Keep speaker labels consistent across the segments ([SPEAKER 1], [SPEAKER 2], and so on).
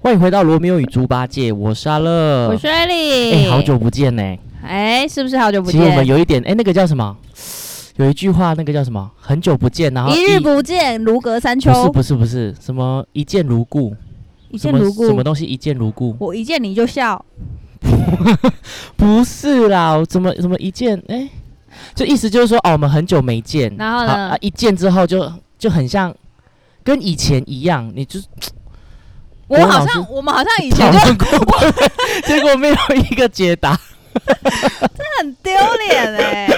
[SPEAKER 1] 欢迎回到《罗密欧与猪八戒》，我是阿乐，
[SPEAKER 2] 我是艾
[SPEAKER 1] 哎、
[SPEAKER 2] 丽，
[SPEAKER 1] 好久不见呢、
[SPEAKER 2] 哎，是不是好久不
[SPEAKER 1] 其实
[SPEAKER 2] 见？
[SPEAKER 1] 我们有一点，哎、那个叫什么？有一句话，那个叫什么？很久不见，然后
[SPEAKER 2] 一日不见，如隔三秋
[SPEAKER 1] 不。是不是不是什么一见如故，
[SPEAKER 2] 一见如
[SPEAKER 1] 什么什么
[SPEAKER 2] 故，
[SPEAKER 1] 东西一见如故？
[SPEAKER 2] 我一见你就笑。
[SPEAKER 1] 不是啦，我怎么怎么一见？哎、就意思就是说，哦，我们很久没见，
[SPEAKER 2] 然后呢
[SPEAKER 1] 好啊，一见之后就就很像跟以前一样，你就
[SPEAKER 2] 我
[SPEAKER 1] 国文
[SPEAKER 2] 好
[SPEAKER 1] 老
[SPEAKER 2] 像，
[SPEAKER 1] 师
[SPEAKER 2] 我们好像以
[SPEAKER 1] 讨
[SPEAKER 2] 前就
[SPEAKER 1] 论过， 结果没有一个解答。
[SPEAKER 2] 很丢脸哎。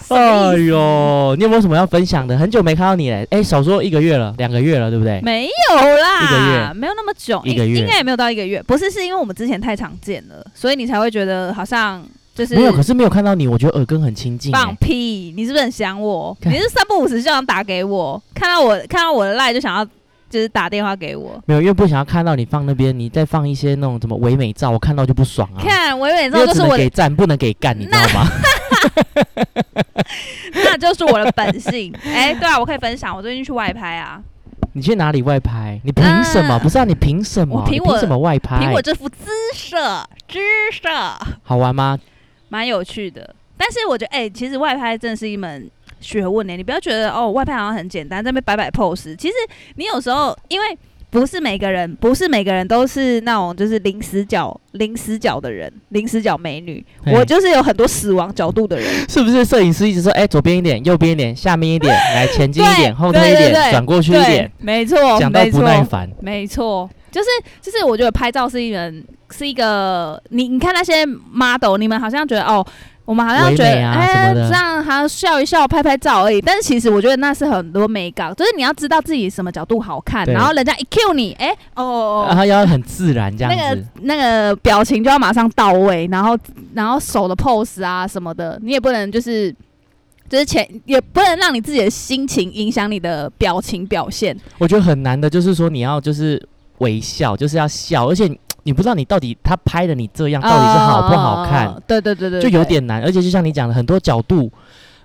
[SPEAKER 2] 什 么
[SPEAKER 1] 哎
[SPEAKER 2] 意思，
[SPEAKER 1] 呦，你有没有什么要分享的？很久没看到你嘞，哎，少说一个月了，两个月了，对不对？
[SPEAKER 2] 没有啦，
[SPEAKER 1] 一个月
[SPEAKER 2] 没有那么久，
[SPEAKER 1] 一个月
[SPEAKER 2] 应应该也没有到一个月。不是，是因为我们之前太常见了，所以你才会觉得好像就是
[SPEAKER 1] 没有，可是没有看到你，我觉得耳根很亲近
[SPEAKER 2] 放
[SPEAKER 1] 哎。
[SPEAKER 2] 屁！你是不是很想我？
[SPEAKER 1] 看
[SPEAKER 2] 你是三不五时就想打给我，看到我看到我的赖就想要就是打电话给我。
[SPEAKER 1] 没有，因为不想要看到你放那边，你再放一些那种什么唯美照，我看到就不爽啊。
[SPEAKER 2] 看伟伟，
[SPEAKER 1] 因
[SPEAKER 2] 这种
[SPEAKER 1] 为
[SPEAKER 2] 就
[SPEAKER 1] 只
[SPEAKER 2] 是
[SPEAKER 1] 能
[SPEAKER 2] 我的
[SPEAKER 1] 给赞，不能给干，你知道吗？
[SPEAKER 2] 那就是我的 本性。哎、对啊，我可以分享，我最近去外拍啊，你
[SPEAKER 1] 你去哪里外拍？你凭什么？
[SPEAKER 2] 啊
[SPEAKER 1] 不是啊，你凭什么
[SPEAKER 2] 我？凭
[SPEAKER 1] 你
[SPEAKER 2] 我
[SPEAKER 1] 凭什么外
[SPEAKER 2] 凭
[SPEAKER 1] 拍
[SPEAKER 2] 我？这副姿色，姿色
[SPEAKER 1] 好玩吗？
[SPEAKER 2] 蛮有趣的。但是我觉得，哎、其实外拍真的是一门学问呢。你不要觉得哦，外拍好像很简单，在那边摆摆 pose。其实你有时候因为不是每个人，不是每个人都是那种就是零死角、零死角的人，零死角美女。
[SPEAKER 1] 嘿
[SPEAKER 2] 我就是有很多死亡角度的人。
[SPEAKER 1] 是不是摄影师一直说，哎，左边一点，右边一 点，下面一点，来前进一点，
[SPEAKER 2] 对
[SPEAKER 1] 后退一
[SPEAKER 2] 对对
[SPEAKER 1] 点，
[SPEAKER 2] 对
[SPEAKER 1] 转过去一点，，
[SPEAKER 2] 没错，
[SPEAKER 1] 讲到
[SPEAKER 2] 没
[SPEAKER 1] 不
[SPEAKER 2] 错。
[SPEAKER 1] 耐烦。
[SPEAKER 2] 没错，就是就是，我觉得拍照是一门是一个，你你看那些 model，你们好像觉得哦，我们好像觉
[SPEAKER 1] 唯美
[SPEAKER 2] 得
[SPEAKER 1] 啊
[SPEAKER 2] 哎、
[SPEAKER 1] 什么的
[SPEAKER 2] 这样好像笑一笑、拍拍照而已。但是其实我觉得那是很多美感，就是你要知道自己什么角度好看，
[SPEAKER 1] 对
[SPEAKER 2] 然后人家一 cue 你，哎、哦哦。
[SPEAKER 1] 然
[SPEAKER 2] 哦
[SPEAKER 1] 后要很自然这样
[SPEAKER 2] 那
[SPEAKER 1] 子。
[SPEAKER 2] 个那个表情就要马上到位，然后然后手的 pose 啊什么的，你也不能就是就是前也不能让你自己的心情影响你的表情表现。
[SPEAKER 1] 我觉得很难的，就是说你要就是微笑，就是要笑，而且你你不知道你到底他拍的你这样到底是好不好看，
[SPEAKER 2] 哦？对对对对，
[SPEAKER 1] 就
[SPEAKER 2] 对
[SPEAKER 1] 有点难。而且就像你讲的，很多角度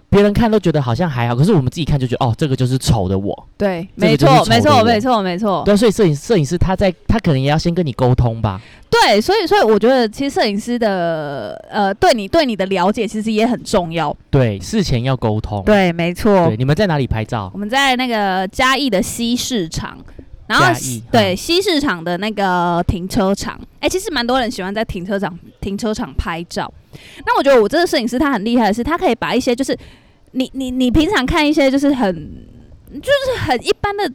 [SPEAKER 1] 别人看都觉得好像还好，可是我们自己看就觉得哦，这个就是丑的我。
[SPEAKER 2] 对，
[SPEAKER 1] 这个
[SPEAKER 2] 没
[SPEAKER 1] 就是
[SPEAKER 2] 错，
[SPEAKER 1] 丑
[SPEAKER 2] 没
[SPEAKER 1] 的我
[SPEAKER 2] 错，没错，没错。
[SPEAKER 1] 对，所以摄影摄影师他在他可能也要先跟你沟通吧。
[SPEAKER 2] 对，所以所以我觉得，其实摄影师的呃，对你对你的了解其实也很重要。
[SPEAKER 1] 对，事前要沟通。
[SPEAKER 2] 对，没错
[SPEAKER 1] 对，你们在哪里拍照？
[SPEAKER 2] 我们在那个嘉义的西市场，然后
[SPEAKER 1] 嘉义
[SPEAKER 2] 对
[SPEAKER 1] 嗯
[SPEAKER 2] 西市场的那个停车场，哎、其实蛮多人喜欢在停车场停车场拍照。那我觉得我这个摄影师他很厉害的是，他可以把一些就是你你你平常看一些就是很就是很一般的。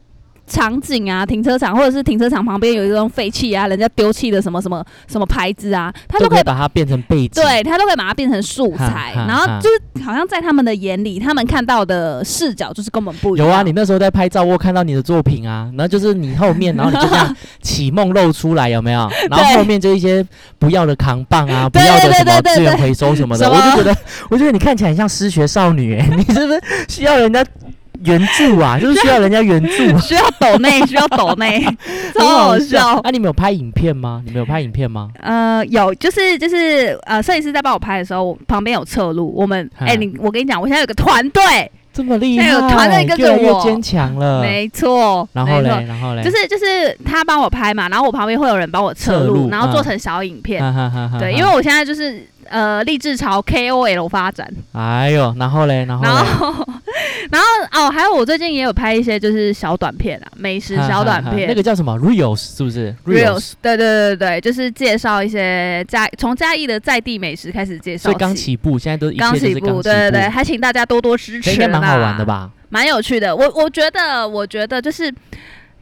[SPEAKER 2] 场景啊，停车场或者是停车场旁边有一种废弃啊，人家丢弃的什么什么什么牌子啊，他
[SPEAKER 1] 都
[SPEAKER 2] 都可
[SPEAKER 1] 可
[SPEAKER 2] 以
[SPEAKER 1] 以把它变成背景。
[SPEAKER 2] 对他都会把它变成素
[SPEAKER 1] 哈
[SPEAKER 2] 材，
[SPEAKER 1] 哈
[SPEAKER 2] 然后
[SPEAKER 1] 哈
[SPEAKER 2] 就是好像在他们的眼里，他们看到的视角就是根本不一
[SPEAKER 1] 有
[SPEAKER 2] 样。
[SPEAKER 1] 啊，你那时候在拍照，我有看到你的作品啊，然后就是你后面，然后你就这 样起梦露出来，有没有？然后后面就一些不要的扛棒啊，不
[SPEAKER 2] 对
[SPEAKER 1] 要的
[SPEAKER 2] 对
[SPEAKER 1] 什么
[SPEAKER 2] 对对
[SPEAKER 1] 资源
[SPEAKER 2] 对
[SPEAKER 1] 回收什么的，
[SPEAKER 2] 什
[SPEAKER 1] 我
[SPEAKER 2] 么
[SPEAKER 1] 就觉得，我觉得你看起来很像失学少女、欸，你是不是需要人家援助
[SPEAKER 2] ，
[SPEAKER 1] 啊？就是需要人家援助、啊
[SPEAKER 2] 需要抖内，需要抖内， 超
[SPEAKER 1] 很
[SPEAKER 2] 好
[SPEAKER 1] 笑
[SPEAKER 2] 笑。
[SPEAKER 1] 啊，你们有拍影片吗？你们有拍影片吗？
[SPEAKER 2] 呃，有，就是就是呃，摄影师在帮我拍的时候，我旁边有侧录。我们
[SPEAKER 1] 嗯
[SPEAKER 2] 哎、你我跟你讲，我现在有个团队，
[SPEAKER 1] 这么厉害，
[SPEAKER 2] 现在有团队跟着
[SPEAKER 1] 越来越
[SPEAKER 2] 我
[SPEAKER 1] 坚强了。
[SPEAKER 2] 没错，
[SPEAKER 1] 然后
[SPEAKER 2] 没
[SPEAKER 1] 嘞哎
[SPEAKER 2] 错，，
[SPEAKER 1] 然后嘞，
[SPEAKER 2] 就是就是他帮我拍嘛，然后我旁边会有人帮我侧
[SPEAKER 1] 侧录啊
[SPEAKER 2] 录，然后做
[SPEAKER 1] 嗯
[SPEAKER 2] 成小影片。
[SPEAKER 1] 哈哈哈哈
[SPEAKER 2] 对，因为我现在就是呃，立志朝 KOL 发展。
[SPEAKER 1] 哎呦，然后嘞，然后
[SPEAKER 2] 然
[SPEAKER 1] 嘞，
[SPEAKER 2] 后， 然后哦，还有我最近也有拍一些就是小短片啊，美食小短
[SPEAKER 1] 哈哈哈
[SPEAKER 2] 片，
[SPEAKER 1] 那个叫什么 reels 是不是
[SPEAKER 2] reels，对对对对，就是介绍一些嘉从嘉义的在地美食开始介绍
[SPEAKER 1] 所
[SPEAKER 2] 起，
[SPEAKER 1] 以刚起步，现在都一
[SPEAKER 2] 刚
[SPEAKER 1] 切就是
[SPEAKER 2] 起
[SPEAKER 1] 刚
[SPEAKER 2] 步，对对对，，还请大家多多支
[SPEAKER 1] 这
[SPEAKER 2] 持，
[SPEAKER 1] 应该蛮好玩的？吧？
[SPEAKER 2] 蛮有趣的，我我觉得，我觉得就是。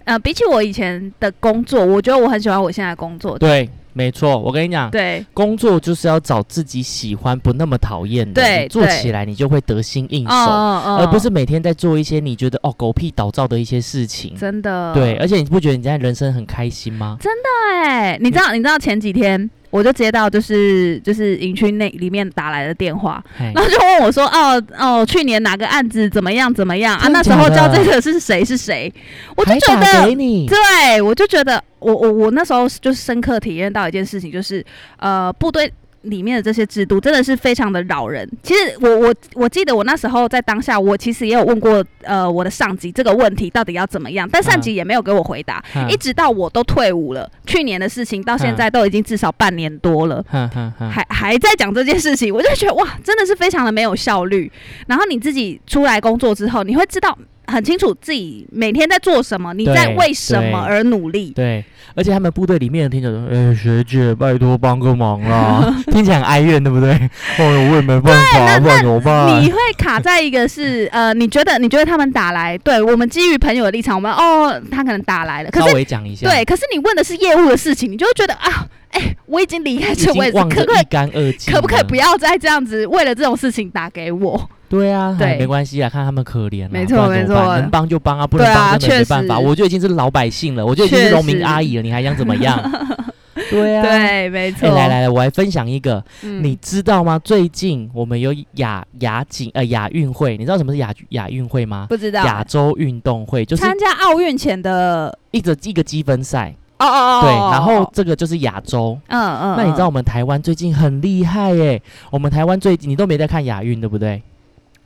[SPEAKER 2] 呃，比起我以前的工作，我觉得我很喜欢我现在的工作。
[SPEAKER 1] 对，没错，我跟你讲，
[SPEAKER 2] 对
[SPEAKER 1] 工作就是要找自己喜欢、不那么讨厌的，
[SPEAKER 2] 对
[SPEAKER 1] 你做
[SPEAKER 2] 对
[SPEAKER 1] 起来你就会得心应
[SPEAKER 2] 哦
[SPEAKER 1] 手，
[SPEAKER 2] 哦哦
[SPEAKER 1] 嗯而不是每天在做一些你觉得哦狗屁倒灶的一些事情。
[SPEAKER 2] 真的
[SPEAKER 1] 对，而且你不觉得你现在人生很开心吗？
[SPEAKER 2] 对，你知道你知道前几天我就接到就是就是营区内里面打来的电话，
[SPEAKER 1] 嘿
[SPEAKER 2] 然后就问我说：“哦哦，去年哪个案子怎么样怎么样啊？
[SPEAKER 1] 真的
[SPEAKER 2] 那时
[SPEAKER 1] 假
[SPEAKER 2] 候叫
[SPEAKER 1] 的
[SPEAKER 2] 这个是谁是谁？”我就
[SPEAKER 1] 还
[SPEAKER 2] 觉
[SPEAKER 1] 打给
[SPEAKER 2] 得，
[SPEAKER 1] 你，
[SPEAKER 2] 对我就觉得，我我我那时候就是深刻体验到一件事情，就是呃，部队里面的这些制度真的是非常的扰人。其实我我我记得我那时候在当下，我其实也有问过呃我的上级这个问题到底要怎么样，但上级也没有给我回答，
[SPEAKER 1] 哼
[SPEAKER 2] 一直到我都退伍了，去年的事情到现在都已经至少半年多了。
[SPEAKER 1] 哼哼哼
[SPEAKER 2] 还还在讲这件事情，我就觉得哇，真的是非常的没有效率。然后你自己出来工作之后，你会知道很清楚自己每天在做什么，你在为什么而努力。
[SPEAKER 1] 对，而且他们部队里面的听者说：“哎、学姐，拜托帮个忙啦！” 听起来很哀怨，对不对？哦，我也没办法，不然怎么办？
[SPEAKER 2] 你会 卡在一 个是呃，你觉得你觉得他们打来，对我们基于朋友的立场，我们哦，他可能打来了，可
[SPEAKER 1] 稍
[SPEAKER 2] 是
[SPEAKER 1] 微讲一下，
[SPEAKER 2] 对，可是你问的是业务的事情，你就会觉得啊，哎、我已经离开
[SPEAKER 1] 已
[SPEAKER 2] 这
[SPEAKER 1] 经
[SPEAKER 2] 个位置，
[SPEAKER 1] 忘
[SPEAKER 2] 可
[SPEAKER 1] 得
[SPEAKER 2] 不可
[SPEAKER 1] 一
[SPEAKER 2] 以
[SPEAKER 1] 干二净。
[SPEAKER 2] 可不可以不？要再这样子为了这种事情打给我？
[SPEAKER 1] 对啊，哎
[SPEAKER 2] 对
[SPEAKER 1] 没关系啊，看他们可怜啦，
[SPEAKER 2] 没
[SPEAKER 1] 不然
[SPEAKER 2] 错没
[SPEAKER 1] 怎么办
[SPEAKER 2] 错
[SPEAKER 1] 能帮就帮啊，不能
[SPEAKER 2] 对啊
[SPEAKER 1] 帮真的没
[SPEAKER 2] 确
[SPEAKER 1] 办法。
[SPEAKER 2] 实
[SPEAKER 1] 我就已经是老百姓了，我就已经
[SPEAKER 2] 确
[SPEAKER 1] 是
[SPEAKER 2] 实
[SPEAKER 1] 农民阿姨了，你还想怎么 样？对啊，
[SPEAKER 2] 对，没错、
[SPEAKER 1] 哎、来来来，我来分享一个，
[SPEAKER 2] 嗯，
[SPEAKER 1] 你知道吗？最近我们有亚亚锦呃亚运会，你知道什么是亚亚运会吗？
[SPEAKER 2] 不知道
[SPEAKER 1] 亚洲运动会就是
[SPEAKER 2] 参加奥运前的
[SPEAKER 1] 一个一个积分赛，
[SPEAKER 2] 哦哦哦，
[SPEAKER 1] 对，然后这个就是亚洲。
[SPEAKER 2] 嗯嗯，
[SPEAKER 1] 那你知道我
[SPEAKER 2] 嗯
[SPEAKER 1] 们台湾最近很厉害耶？我们台湾最你都没在看亚运对不对？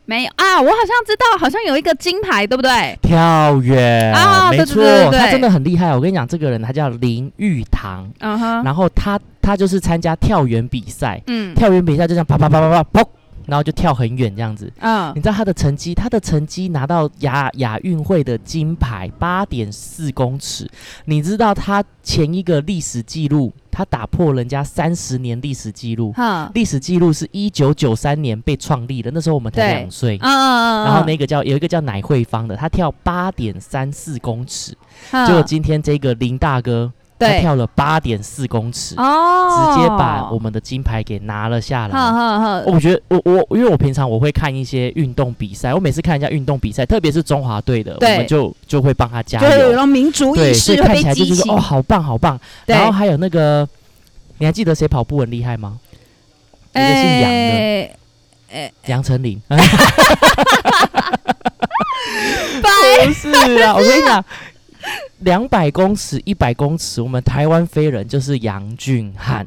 [SPEAKER 2] 没有啊？我好像知道，好像有一个金牌，对不对？
[SPEAKER 1] 跳远
[SPEAKER 2] 啊
[SPEAKER 1] 没
[SPEAKER 2] 对
[SPEAKER 1] 错
[SPEAKER 2] 对对，对
[SPEAKER 1] 他真的很厉害。我跟你讲，这个人他叫林玉堂，
[SPEAKER 2] 嗯哼，
[SPEAKER 1] 然后他他就是参加跳远比赛，
[SPEAKER 2] 嗯
[SPEAKER 1] 跳远比赛就这样啪啪啪啪啪砰，然后就跳很远这样子。
[SPEAKER 2] 嗯
[SPEAKER 1] 你，知道他的成绩？他的成绩拿到亚亚运会的金牌，八点四公尺。你知道他前一个历史记录，他打破人家三十年历史记录。
[SPEAKER 2] 哈，
[SPEAKER 1] 历史记录是一九九三年被创立的，那时候我们才
[SPEAKER 2] 对
[SPEAKER 1] 两岁。
[SPEAKER 2] 嗯嗯，
[SPEAKER 1] 然后那个叫有一个叫奶慧芳的，他跳八点三四公尺，
[SPEAKER 2] 嗯
[SPEAKER 1] 结果今天这个林大哥他
[SPEAKER 2] 对
[SPEAKER 1] 跳了八点四公尺，
[SPEAKER 2] 哦，
[SPEAKER 1] 直接把我们的哦金牌给拿了下来。
[SPEAKER 2] 哈哈哈，
[SPEAKER 1] 我觉得我我因为我平常我会看一些运动比赛，我每次看人家运动比赛，特别是中华队的，我
[SPEAKER 2] 对
[SPEAKER 1] 们就就会帮他加
[SPEAKER 2] 就会有那
[SPEAKER 1] 油，
[SPEAKER 2] 种民族
[SPEAKER 1] 对，
[SPEAKER 2] 意
[SPEAKER 1] 所
[SPEAKER 2] 识
[SPEAKER 1] 以
[SPEAKER 2] 会
[SPEAKER 1] 看
[SPEAKER 2] 被
[SPEAKER 1] 起来就
[SPEAKER 2] 激
[SPEAKER 1] 是
[SPEAKER 2] 起
[SPEAKER 1] 说哦，，好棒好棒。
[SPEAKER 2] 对
[SPEAKER 1] 然后还有那个，你还记得谁跑步很厉害吗？一个姓杨的
[SPEAKER 2] 哎
[SPEAKER 1] 杨丞 琳，
[SPEAKER 2] 拜
[SPEAKER 1] 不是啊，我跟你讲。两百公尺、一百公尺，我们台湾飞人就是杨俊翰，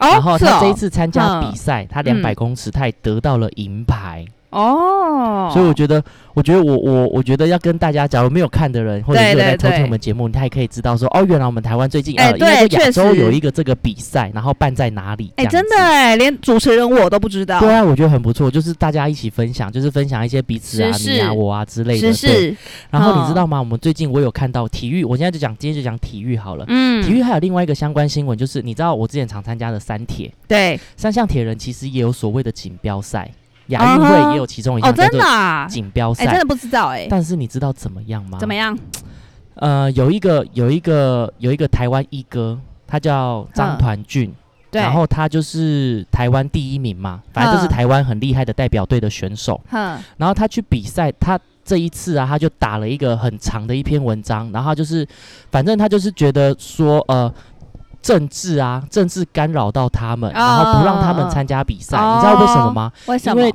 [SPEAKER 2] 哦
[SPEAKER 1] 然后
[SPEAKER 2] 是
[SPEAKER 1] 他
[SPEAKER 2] 哦
[SPEAKER 1] 这一次参加比
[SPEAKER 2] 嗯
[SPEAKER 1] 赛，他两百公尺他也得到了银牌，
[SPEAKER 2] 哦，
[SPEAKER 1] 所以我觉得，我觉得我我我觉得要跟大家，假如没有看的人，或者
[SPEAKER 2] 对
[SPEAKER 1] 是有在
[SPEAKER 2] 对
[SPEAKER 1] 偷听
[SPEAKER 2] 对
[SPEAKER 1] 我们节目，你他也可以知道说，哦，原来我们台湾最近
[SPEAKER 2] 哎
[SPEAKER 1] 呃，应该
[SPEAKER 2] 对
[SPEAKER 1] 说亚
[SPEAKER 2] 确
[SPEAKER 1] 洲
[SPEAKER 2] 实
[SPEAKER 1] 有一个这个比赛，然后办在哪里？
[SPEAKER 2] 哎
[SPEAKER 1] 这样
[SPEAKER 2] 真
[SPEAKER 1] 子
[SPEAKER 2] 的。哎，连主持人我都不知道，
[SPEAKER 1] 对啊，我觉得很不错，就是大家一起分享，就是分享一些彼此啊、
[SPEAKER 2] 时
[SPEAKER 1] 你啊、
[SPEAKER 2] 事
[SPEAKER 1] 我啊之类的。
[SPEAKER 2] 只
[SPEAKER 1] 对。
[SPEAKER 2] 是
[SPEAKER 1] 然后你
[SPEAKER 2] 嗯
[SPEAKER 1] 知道吗？我们最近我有看到体育，我现在就讲，今天就讲体育好了。
[SPEAKER 2] 嗯，
[SPEAKER 1] 体育还有另外一个相关新闻，就是你知道我之前常参加的三铁，
[SPEAKER 2] 对
[SPEAKER 1] 三项铁人其实也有所谓的锦标赛，亚运会也有其中一
[SPEAKER 2] 哦，
[SPEAKER 1] 项叫
[SPEAKER 2] 真的
[SPEAKER 1] 做
[SPEAKER 2] 啊，
[SPEAKER 1] 锦标
[SPEAKER 2] 哎，真
[SPEAKER 1] 赛。
[SPEAKER 2] 的不知道哎，
[SPEAKER 1] 但是你知道怎么样吗？
[SPEAKER 2] 怎么样？
[SPEAKER 1] 呃，有一个有一个有一个台湾一哥，他叫张
[SPEAKER 2] 嗯
[SPEAKER 1] 团俊，
[SPEAKER 2] 对，
[SPEAKER 1] 然后他就是台湾第一名嘛，反正就是
[SPEAKER 2] 嗯
[SPEAKER 1] 台湾很厉害的代表队的选手。
[SPEAKER 2] 哼，
[SPEAKER 1] 然后他去比赛，他这一次啊，他就打了一个很长的一篇文章，然后他就是，反正他就是觉得说，呃，政治啊，政治干扰到他们，然后不让他们参加比赛，
[SPEAKER 2] 哦
[SPEAKER 1] 你知道为什么吗？
[SPEAKER 2] 为什
[SPEAKER 1] 因
[SPEAKER 2] 么
[SPEAKER 1] 为？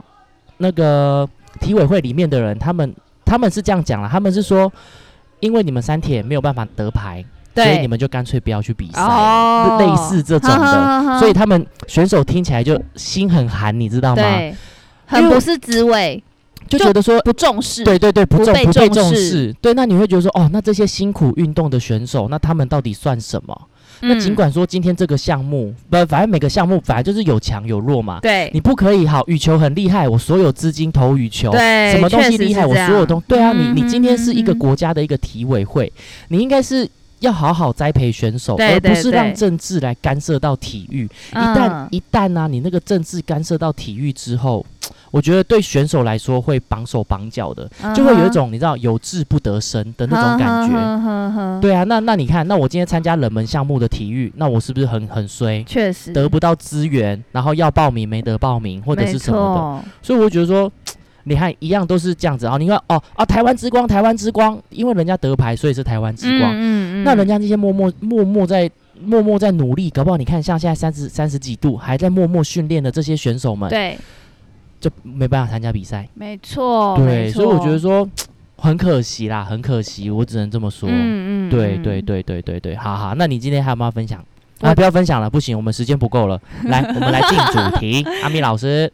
[SPEAKER 1] 那个体委会里面的人，他们他们是这样讲了，他们是说，因为你们三铁没有办法得牌，所以你们就干脆不要去比赛，
[SPEAKER 2] 哦
[SPEAKER 1] 类似这种的。
[SPEAKER 2] 的
[SPEAKER 1] 所以他们选手听起来就心很寒，你知道吗？
[SPEAKER 2] 对，
[SPEAKER 1] 因
[SPEAKER 2] 很
[SPEAKER 1] 为
[SPEAKER 2] 不是滋味，
[SPEAKER 1] 就
[SPEAKER 2] 就
[SPEAKER 1] 觉得说
[SPEAKER 2] 不重视。
[SPEAKER 1] 对对对，不
[SPEAKER 2] 不
[SPEAKER 1] 重
[SPEAKER 2] 被
[SPEAKER 1] 不被
[SPEAKER 2] 重
[SPEAKER 1] 重
[SPEAKER 2] 视
[SPEAKER 1] 视。对，那你会觉得说，哦，那这些辛苦运动的选手，那他们到底算什么？
[SPEAKER 2] 嗯，
[SPEAKER 1] 尽管说今天这个项目，不，反正每个项目反正就是有强有弱嘛。
[SPEAKER 2] 对
[SPEAKER 1] 你不可以好，羽球很厉害，我所有资金投羽球。
[SPEAKER 2] 对
[SPEAKER 1] 什么东西
[SPEAKER 2] 确实
[SPEAKER 1] 厉害？
[SPEAKER 2] 是
[SPEAKER 1] 我
[SPEAKER 2] 这样
[SPEAKER 1] 所有东对啊，你你今天是一个
[SPEAKER 2] 嗯嗯嗯
[SPEAKER 1] 国家的一个体委会，你应该是要好好栽培选手，而
[SPEAKER 2] 对
[SPEAKER 1] 不
[SPEAKER 2] 对
[SPEAKER 1] 是让
[SPEAKER 2] 对嗯
[SPEAKER 1] 政治来干涉到体育。一旦一旦呢、你那个政治干涉到体育之后，我觉得对选手来说会绑手绑脚的。
[SPEAKER 2] 嗯
[SPEAKER 1] 就会有一种你知道有志不得生的那种感觉。
[SPEAKER 2] 嗯觉，
[SPEAKER 1] 对啊，那那你看，那我今天参加冷门项目的体育，那我是不是很很衰？
[SPEAKER 2] 确实
[SPEAKER 1] 得不到资源，然后要报名没得报名，或者是什么
[SPEAKER 2] 没错
[SPEAKER 1] 的，所以我觉得说，你看一样都是这样子啊。你看哦啊，台湾之光，台湾之光，因为人家得牌，所以是台湾之光。
[SPEAKER 2] 嗯
[SPEAKER 1] 那人家那些默默默默在默默在努力，搞不好你看像现在三十三十几度还在默默训练的这些选手们，
[SPEAKER 2] 对，
[SPEAKER 1] 就没办法参加比赛。
[SPEAKER 2] 没错，
[SPEAKER 1] 对，
[SPEAKER 2] 哦没
[SPEAKER 1] 所以我
[SPEAKER 2] 错
[SPEAKER 1] 觉得，说很可惜啦，很可惜，我只能这么说。
[SPEAKER 2] 嗯嗯，
[SPEAKER 1] 对
[SPEAKER 2] 嗯
[SPEAKER 1] 对，对对对对，好好，那你今天还有没有分享？啊，不要分享了，不行，我们时间不够了。来，我们来进主题。阿米老师，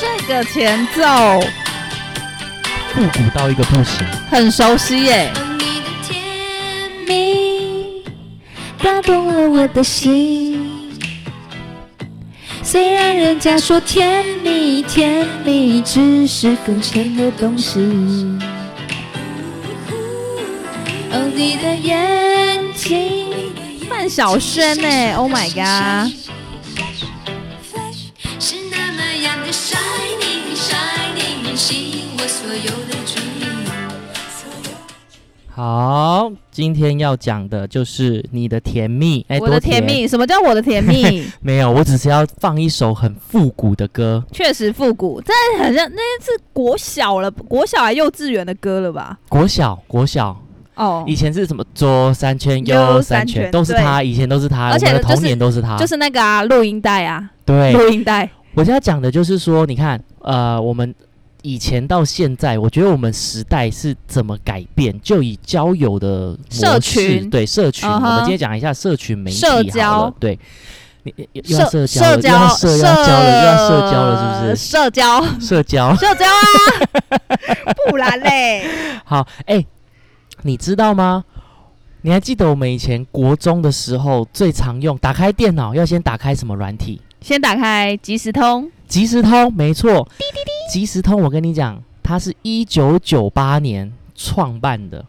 [SPEAKER 2] 这个前奏
[SPEAKER 1] 复古到一个不行。
[SPEAKER 2] 很熟悉耶、
[SPEAKER 3] 你的甜蜜打动了我的心。虽然人家说甜蜜甜蜜只是更甜的东西，哦，你的眼睛
[SPEAKER 2] 范晓萱呢？Oh my god！
[SPEAKER 3] 是那么样的 shining shining，吸引我所有的注意。
[SPEAKER 1] 好，今天要讲的就是你的甜蜜。哎、
[SPEAKER 2] 我的
[SPEAKER 1] 多
[SPEAKER 2] 甜蜜，什么叫我的 甜蜜？
[SPEAKER 1] 没有，我只是要放一首很复古的歌，
[SPEAKER 2] 确实复古，但很像那是国小了，国小还啊幼稚园的歌了吧？
[SPEAKER 1] 国小国小。
[SPEAKER 2] 哦
[SPEAKER 1] 以，前是什么左三圈
[SPEAKER 2] 右
[SPEAKER 1] 右
[SPEAKER 2] 三
[SPEAKER 1] 三
[SPEAKER 2] 圈
[SPEAKER 1] 圈，都是
[SPEAKER 2] 对
[SPEAKER 1] 他，以前都是他，
[SPEAKER 2] 而且
[SPEAKER 1] 我们的
[SPEAKER 2] 就是
[SPEAKER 1] 童年都是他。
[SPEAKER 2] 就是那个啊，录音带啊，
[SPEAKER 1] 对，
[SPEAKER 2] 录音带，
[SPEAKER 1] 我现在讲的就是说，你看，呃，我们以前到现在，我觉得我们时代是怎么改变？就以交友的
[SPEAKER 2] 社
[SPEAKER 1] 模式
[SPEAKER 2] 群
[SPEAKER 1] 对社群
[SPEAKER 2] 嗯哼
[SPEAKER 1] 我们今天讲一下社群媒体
[SPEAKER 2] 社
[SPEAKER 1] 好了，
[SPEAKER 2] 交
[SPEAKER 1] 对。你又又要社交了，
[SPEAKER 2] 社
[SPEAKER 1] 又
[SPEAKER 2] 交
[SPEAKER 1] 要社要交了，又要社交了，是不是？
[SPEAKER 2] 社交，
[SPEAKER 1] 社交
[SPEAKER 2] 社交啊， 不然嘞，
[SPEAKER 1] 好，哎、你知道吗？你还记得我们以前国中的时候最常用，打开电脑要先打开什么软体？
[SPEAKER 2] 先打开即时通，
[SPEAKER 1] 即时通，没错，即时通，我跟你讲，它是一九九八年创办的。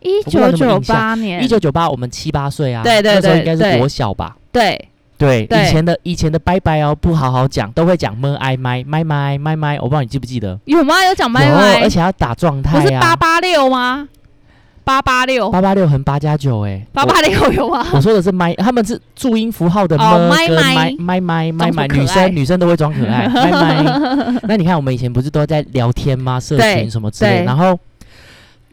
[SPEAKER 2] 一
[SPEAKER 1] 不过有
[SPEAKER 2] 九
[SPEAKER 1] 什么
[SPEAKER 2] 九
[SPEAKER 1] 印
[SPEAKER 2] 八
[SPEAKER 1] 象
[SPEAKER 2] 年，
[SPEAKER 1] 一九九八，我们七八岁啊，
[SPEAKER 2] 对对
[SPEAKER 1] 那时候
[SPEAKER 2] 对
[SPEAKER 1] 应该
[SPEAKER 2] 对
[SPEAKER 1] 是国小吧。
[SPEAKER 2] 对，
[SPEAKER 1] 对，
[SPEAKER 2] 对
[SPEAKER 1] 以前的以前的拜拜哦，不好好讲，都会讲么哎麦麦麦麦麦，我不知道你记不记得。
[SPEAKER 2] 有吗？有讲麦
[SPEAKER 1] 有
[SPEAKER 2] 麦
[SPEAKER 1] 而，且要打状态
[SPEAKER 2] 不
[SPEAKER 1] 啊，
[SPEAKER 2] 是八八六吗？八八六，
[SPEAKER 1] 八八六横八加九哎，
[SPEAKER 2] 八八六有吗？
[SPEAKER 1] 我。我说的是麦，他们是注音符号的么
[SPEAKER 2] 哦麦
[SPEAKER 1] 跟
[SPEAKER 2] 麦
[SPEAKER 1] 麦麦麦麦麦，
[SPEAKER 2] 装作可
[SPEAKER 1] 女
[SPEAKER 2] 爱
[SPEAKER 1] 生女生都会装可 爱，麦麦。那你看，我们以前不是都在聊天吗？社
[SPEAKER 2] 对
[SPEAKER 1] 群什么之类
[SPEAKER 2] 对
[SPEAKER 1] 的，然后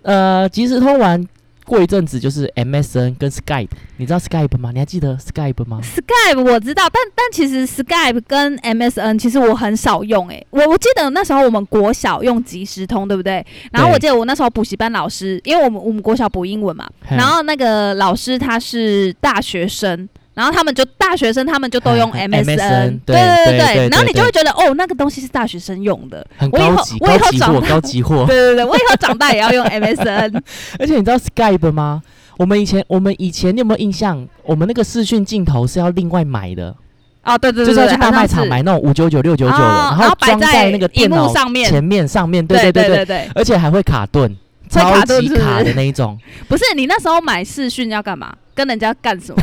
[SPEAKER 1] 呃，即时通完过一阵子就是 MSN 跟 Skype，你知道 Skype 吗？你还记得 Skype 吗？
[SPEAKER 2] Skype 我知道，但但其实 Skype 跟 MSN 其实我很少用、欸，我我记得那时候我们国小用即时通，对不对？然后
[SPEAKER 1] 对
[SPEAKER 2] 我记得我那时候补习班老师，因为我们我们国小补英文嘛，
[SPEAKER 1] 嘿
[SPEAKER 2] 然后那个老师他是大学生。然后他们就大学生，他们就都用
[SPEAKER 1] 嗯嗯
[SPEAKER 2] MSN，
[SPEAKER 1] MSN
[SPEAKER 2] 对
[SPEAKER 1] 对
[SPEAKER 2] 对
[SPEAKER 1] 对对
[SPEAKER 2] 然后你就
[SPEAKER 1] 对
[SPEAKER 2] 会觉得，哦，那个东西是大学生用的。
[SPEAKER 1] 很
[SPEAKER 2] 我以
[SPEAKER 1] 高
[SPEAKER 2] 后
[SPEAKER 1] 级，
[SPEAKER 2] 我以
[SPEAKER 1] 高
[SPEAKER 2] 后
[SPEAKER 1] 级
[SPEAKER 2] 长
[SPEAKER 1] 货，
[SPEAKER 2] 大
[SPEAKER 1] 高级货。
[SPEAKER 2] 对对对，我以后长大也要用 MSN。
[SPEAKER 1] 而且你知道 Skype 吗？我们以前，我们以前你有没有印象？我们那个视讯镜头是要另外买的，
[SPEAKER 2] 哦，对对
[SPEAKER 1] 就
[SPEAKER 2] 对
[SPEAKER 1] 是要
[SPEAKER 2] 对，
[SPEAKER 1] 去大
[SPEAKER 2] 好像
[SPEAKER 1] 卖场
[SPEAKER 2] 是
[SPEAKER 1] 买那种五九九、六九九的，
[SPEAKER 2] 哦然后
[SPEAKER 1] 后
[SPEAKER 2] 摆
[SPEAKER 1] 装
[SPEAKER 2] 在
[SPEAKER 1] 那个
[SPEAKER 2] 荧
[SPEAKER 1] 电
[SPEAKER 2] 幕
[SPEAKER 1] 脑
[SPEAKER 2] 上面
[SPEAKER 1] 前面上面，对
[SPEAKER 2] 对
[SPEAKER 1] 对
[SPEAKER 2] 对对，
[SPEAKER 1] 而且还会卡顿，
[SPEAKER 2] 会卡
[SPEAKER 1] 超
[SPEAKER 2] 顿
[SPEAKER 1] 级
[SPEAKER 2] 是不
[SPEAKER 1] 卡
[SPEAKER 2] 是
[SPEAKER 1] 的那一种。
[SPEAKER 2] 不是你那时候买视讯要干嘛？跟人家干什么？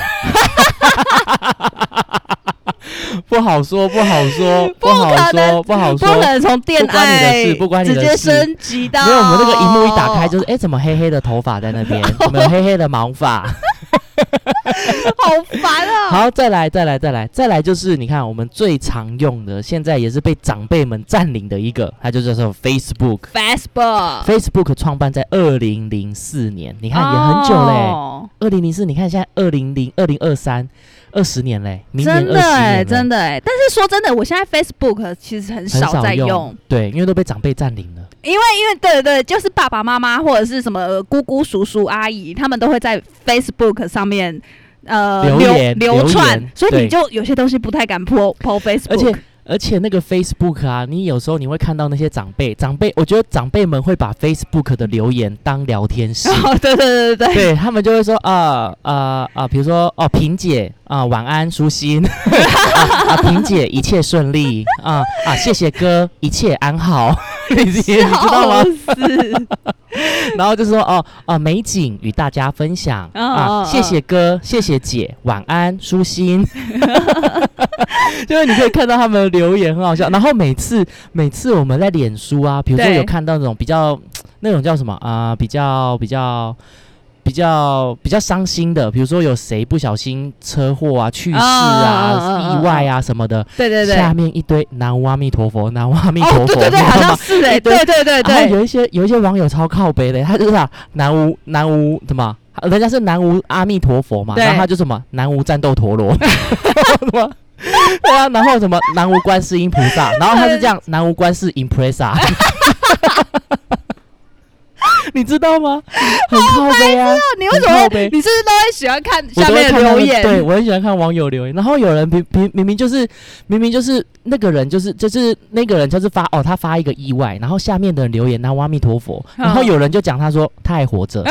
[SPEAKER 1] 不好说，不好说， 不
[SPEAKER 2] 不可
[SPEAKER 1] 好
[SPEAKER 2] 能
[SPEAKER 1] 说，不好
[SPEAKER 2] 不可
[SPEAKER 1] 说。
[SPEAKER 2] 能从恋爱
[SPEAKER 1] 不关你的事不关你
[SPEAKER 2] 直
[SPEAKER 1] 的
[SPEAKER 2] 接
[SPEAKER 1] 事
[SPEAKER 2] 升级到
[SPEAKER 1] 没有，我们那个荧幕一打开就是，哎，怎么黑黑的头发在那边？有没有黑黑的毛发？
[SPEAKER 2] 好烦啊！
[SPEAKER 1] 好，再来，再来，再来，再来，就是你看我们最常用的，现在也是被长辈们占领的一个，它就叫做 Facebook。
[SPEAKER 2] Facebook，
[SPEAKER 1] Facebook 创办在二零零四年，你看也很久嘞。
[SPEAKER 2] 哦
[SPEAKER 1] 二零零四，你看现在二零零二零二三，二十年嘞，明年
[SPEAKER 2] 真
[SPEAKER 1] 二
[SPEAKER 2] 的
[SPEAKER 1] 十
[SPEAKER 2] 哎，
[SPEAKER 1] 年
[SPEAKER 2] 真
[SPEAKER 1] 的
[SPEAKER 2] 的哎。但是说真的，我现在 Facebook 其实很
[SPEAKER 1] 很
[SPEAKER 2] 少在
[SPEAKER 1] 用，
[SPEAKER 2] 用，
[SPEAKER 1] 对，因为都被长辈占领了。
[SPEAKER 2] 因为因为对对对，就是爸爸妈妈或者是什么呃姑姑、叔叔、阿姨，他们都会在 Facebook 上面。呃，
[SPEAKER 1] 留
[SPEAKER 2] 流
[SPEAKER 1] 言
[SPEAKER 2] 流
[SPEAKER 1] 留
[SPEAKER 2] 传
[SPEAKER 1] 言，
[SPEAKER 2] 所以你
[SPEAKER 1] 对
[SPEAKER 2] 就有些东西不太敢 po po Facebook，
[SPEAKER 1] 而且而且那个 Facebook 啊，你有时候你会看到那些长辈，长辈，我觉得长辈们会把 Facebook 的留言当聊天 室。
[SPEAKER 2] 哦，对对对对对，
[SPEAKER 1] 对他们就会说啊啊啊，比如说哦，萍姐啊，晚安，舒心 啊啊，萍姐一切顺利啊啊，谢谢哥，一切安好， 你你知道吗？
[SPEAKER 2] 笑死？
[SPEAKER 1] 然后就说哦啊，美景与大家分享
[SPEAKER 2] 哦哦
[SPEAKER 1] 啊，谢谢哥，谢谢姐，晚安，舒 心。 就是你可以看到他们的留言很好笑，然后每次每次我们在脸书啊，比如说
[SPEAKER 2] 对
[SPEAKER 1] 有看到那种比较那种叫什么啊、比较比较比较比较伤心的，比如说有谁不小心车祸啊、去世啊、
[SPEAKER 2] 哦哦哦哦
[SPEAKER 1] 意外啊什么的，
[SPEAKER 2] 对对对，
[SPEAKER 1] 下面一堆南无阿弥陀佛，南无阿弥陀佛，
[SPEAKER 2] 哦，对对对，
[SPEAKER 1] 你知
[SPEAKER 2] 好
[SPEAKER 1] 道吗
[SPEAKER 2] 像是哎、
[SPEAKER 1] 一堆
[SPEAKER 2] 对对对
[SPEAKER 1] 然后啊
[SPEAKER 2] 对，
[SPEAKER 1] 有一些有一些网友超靠北的，他就是啊，南无南无什么，人家是南无阿弥陀佛嘛，
[SPEAKER 2] 对
[SPEAKER 1] 然后他就什么南无战斗陀螺， 什么对啊，然后什么南无观世音 菩萨，然后他是这样南无观世音菩萨，你知道吗？很靠背啊，
[SPEAKER 2] 你为什
[SPEAKER 1] 很靠
[SPEAKER 2] 么会？
[SPEAKER 1] 背
[SPEAKER 2] 你是不是都会喜欢看
[SPEAKER 1] 我
[SPEAKER 2] 下
[SPEAKER 1] 都会
[SPEAKER 2] 面的
[SPEAKER 1] 看那
[SPEAKER 2] 留
[SPEAKER 1] 个
[SPEAKER 2] 言？
[SPEAKER 1] 对我很喜欢看网友留言。然后有人明明明明就是明明就是那个人就是就是那个人就是发哦，他发一个意外，然后下面的人留言他阿弥陀佛，然后
[SPEAKER 2] 嗯
[SPEAKER 1] 有人就讲他说他还活 着。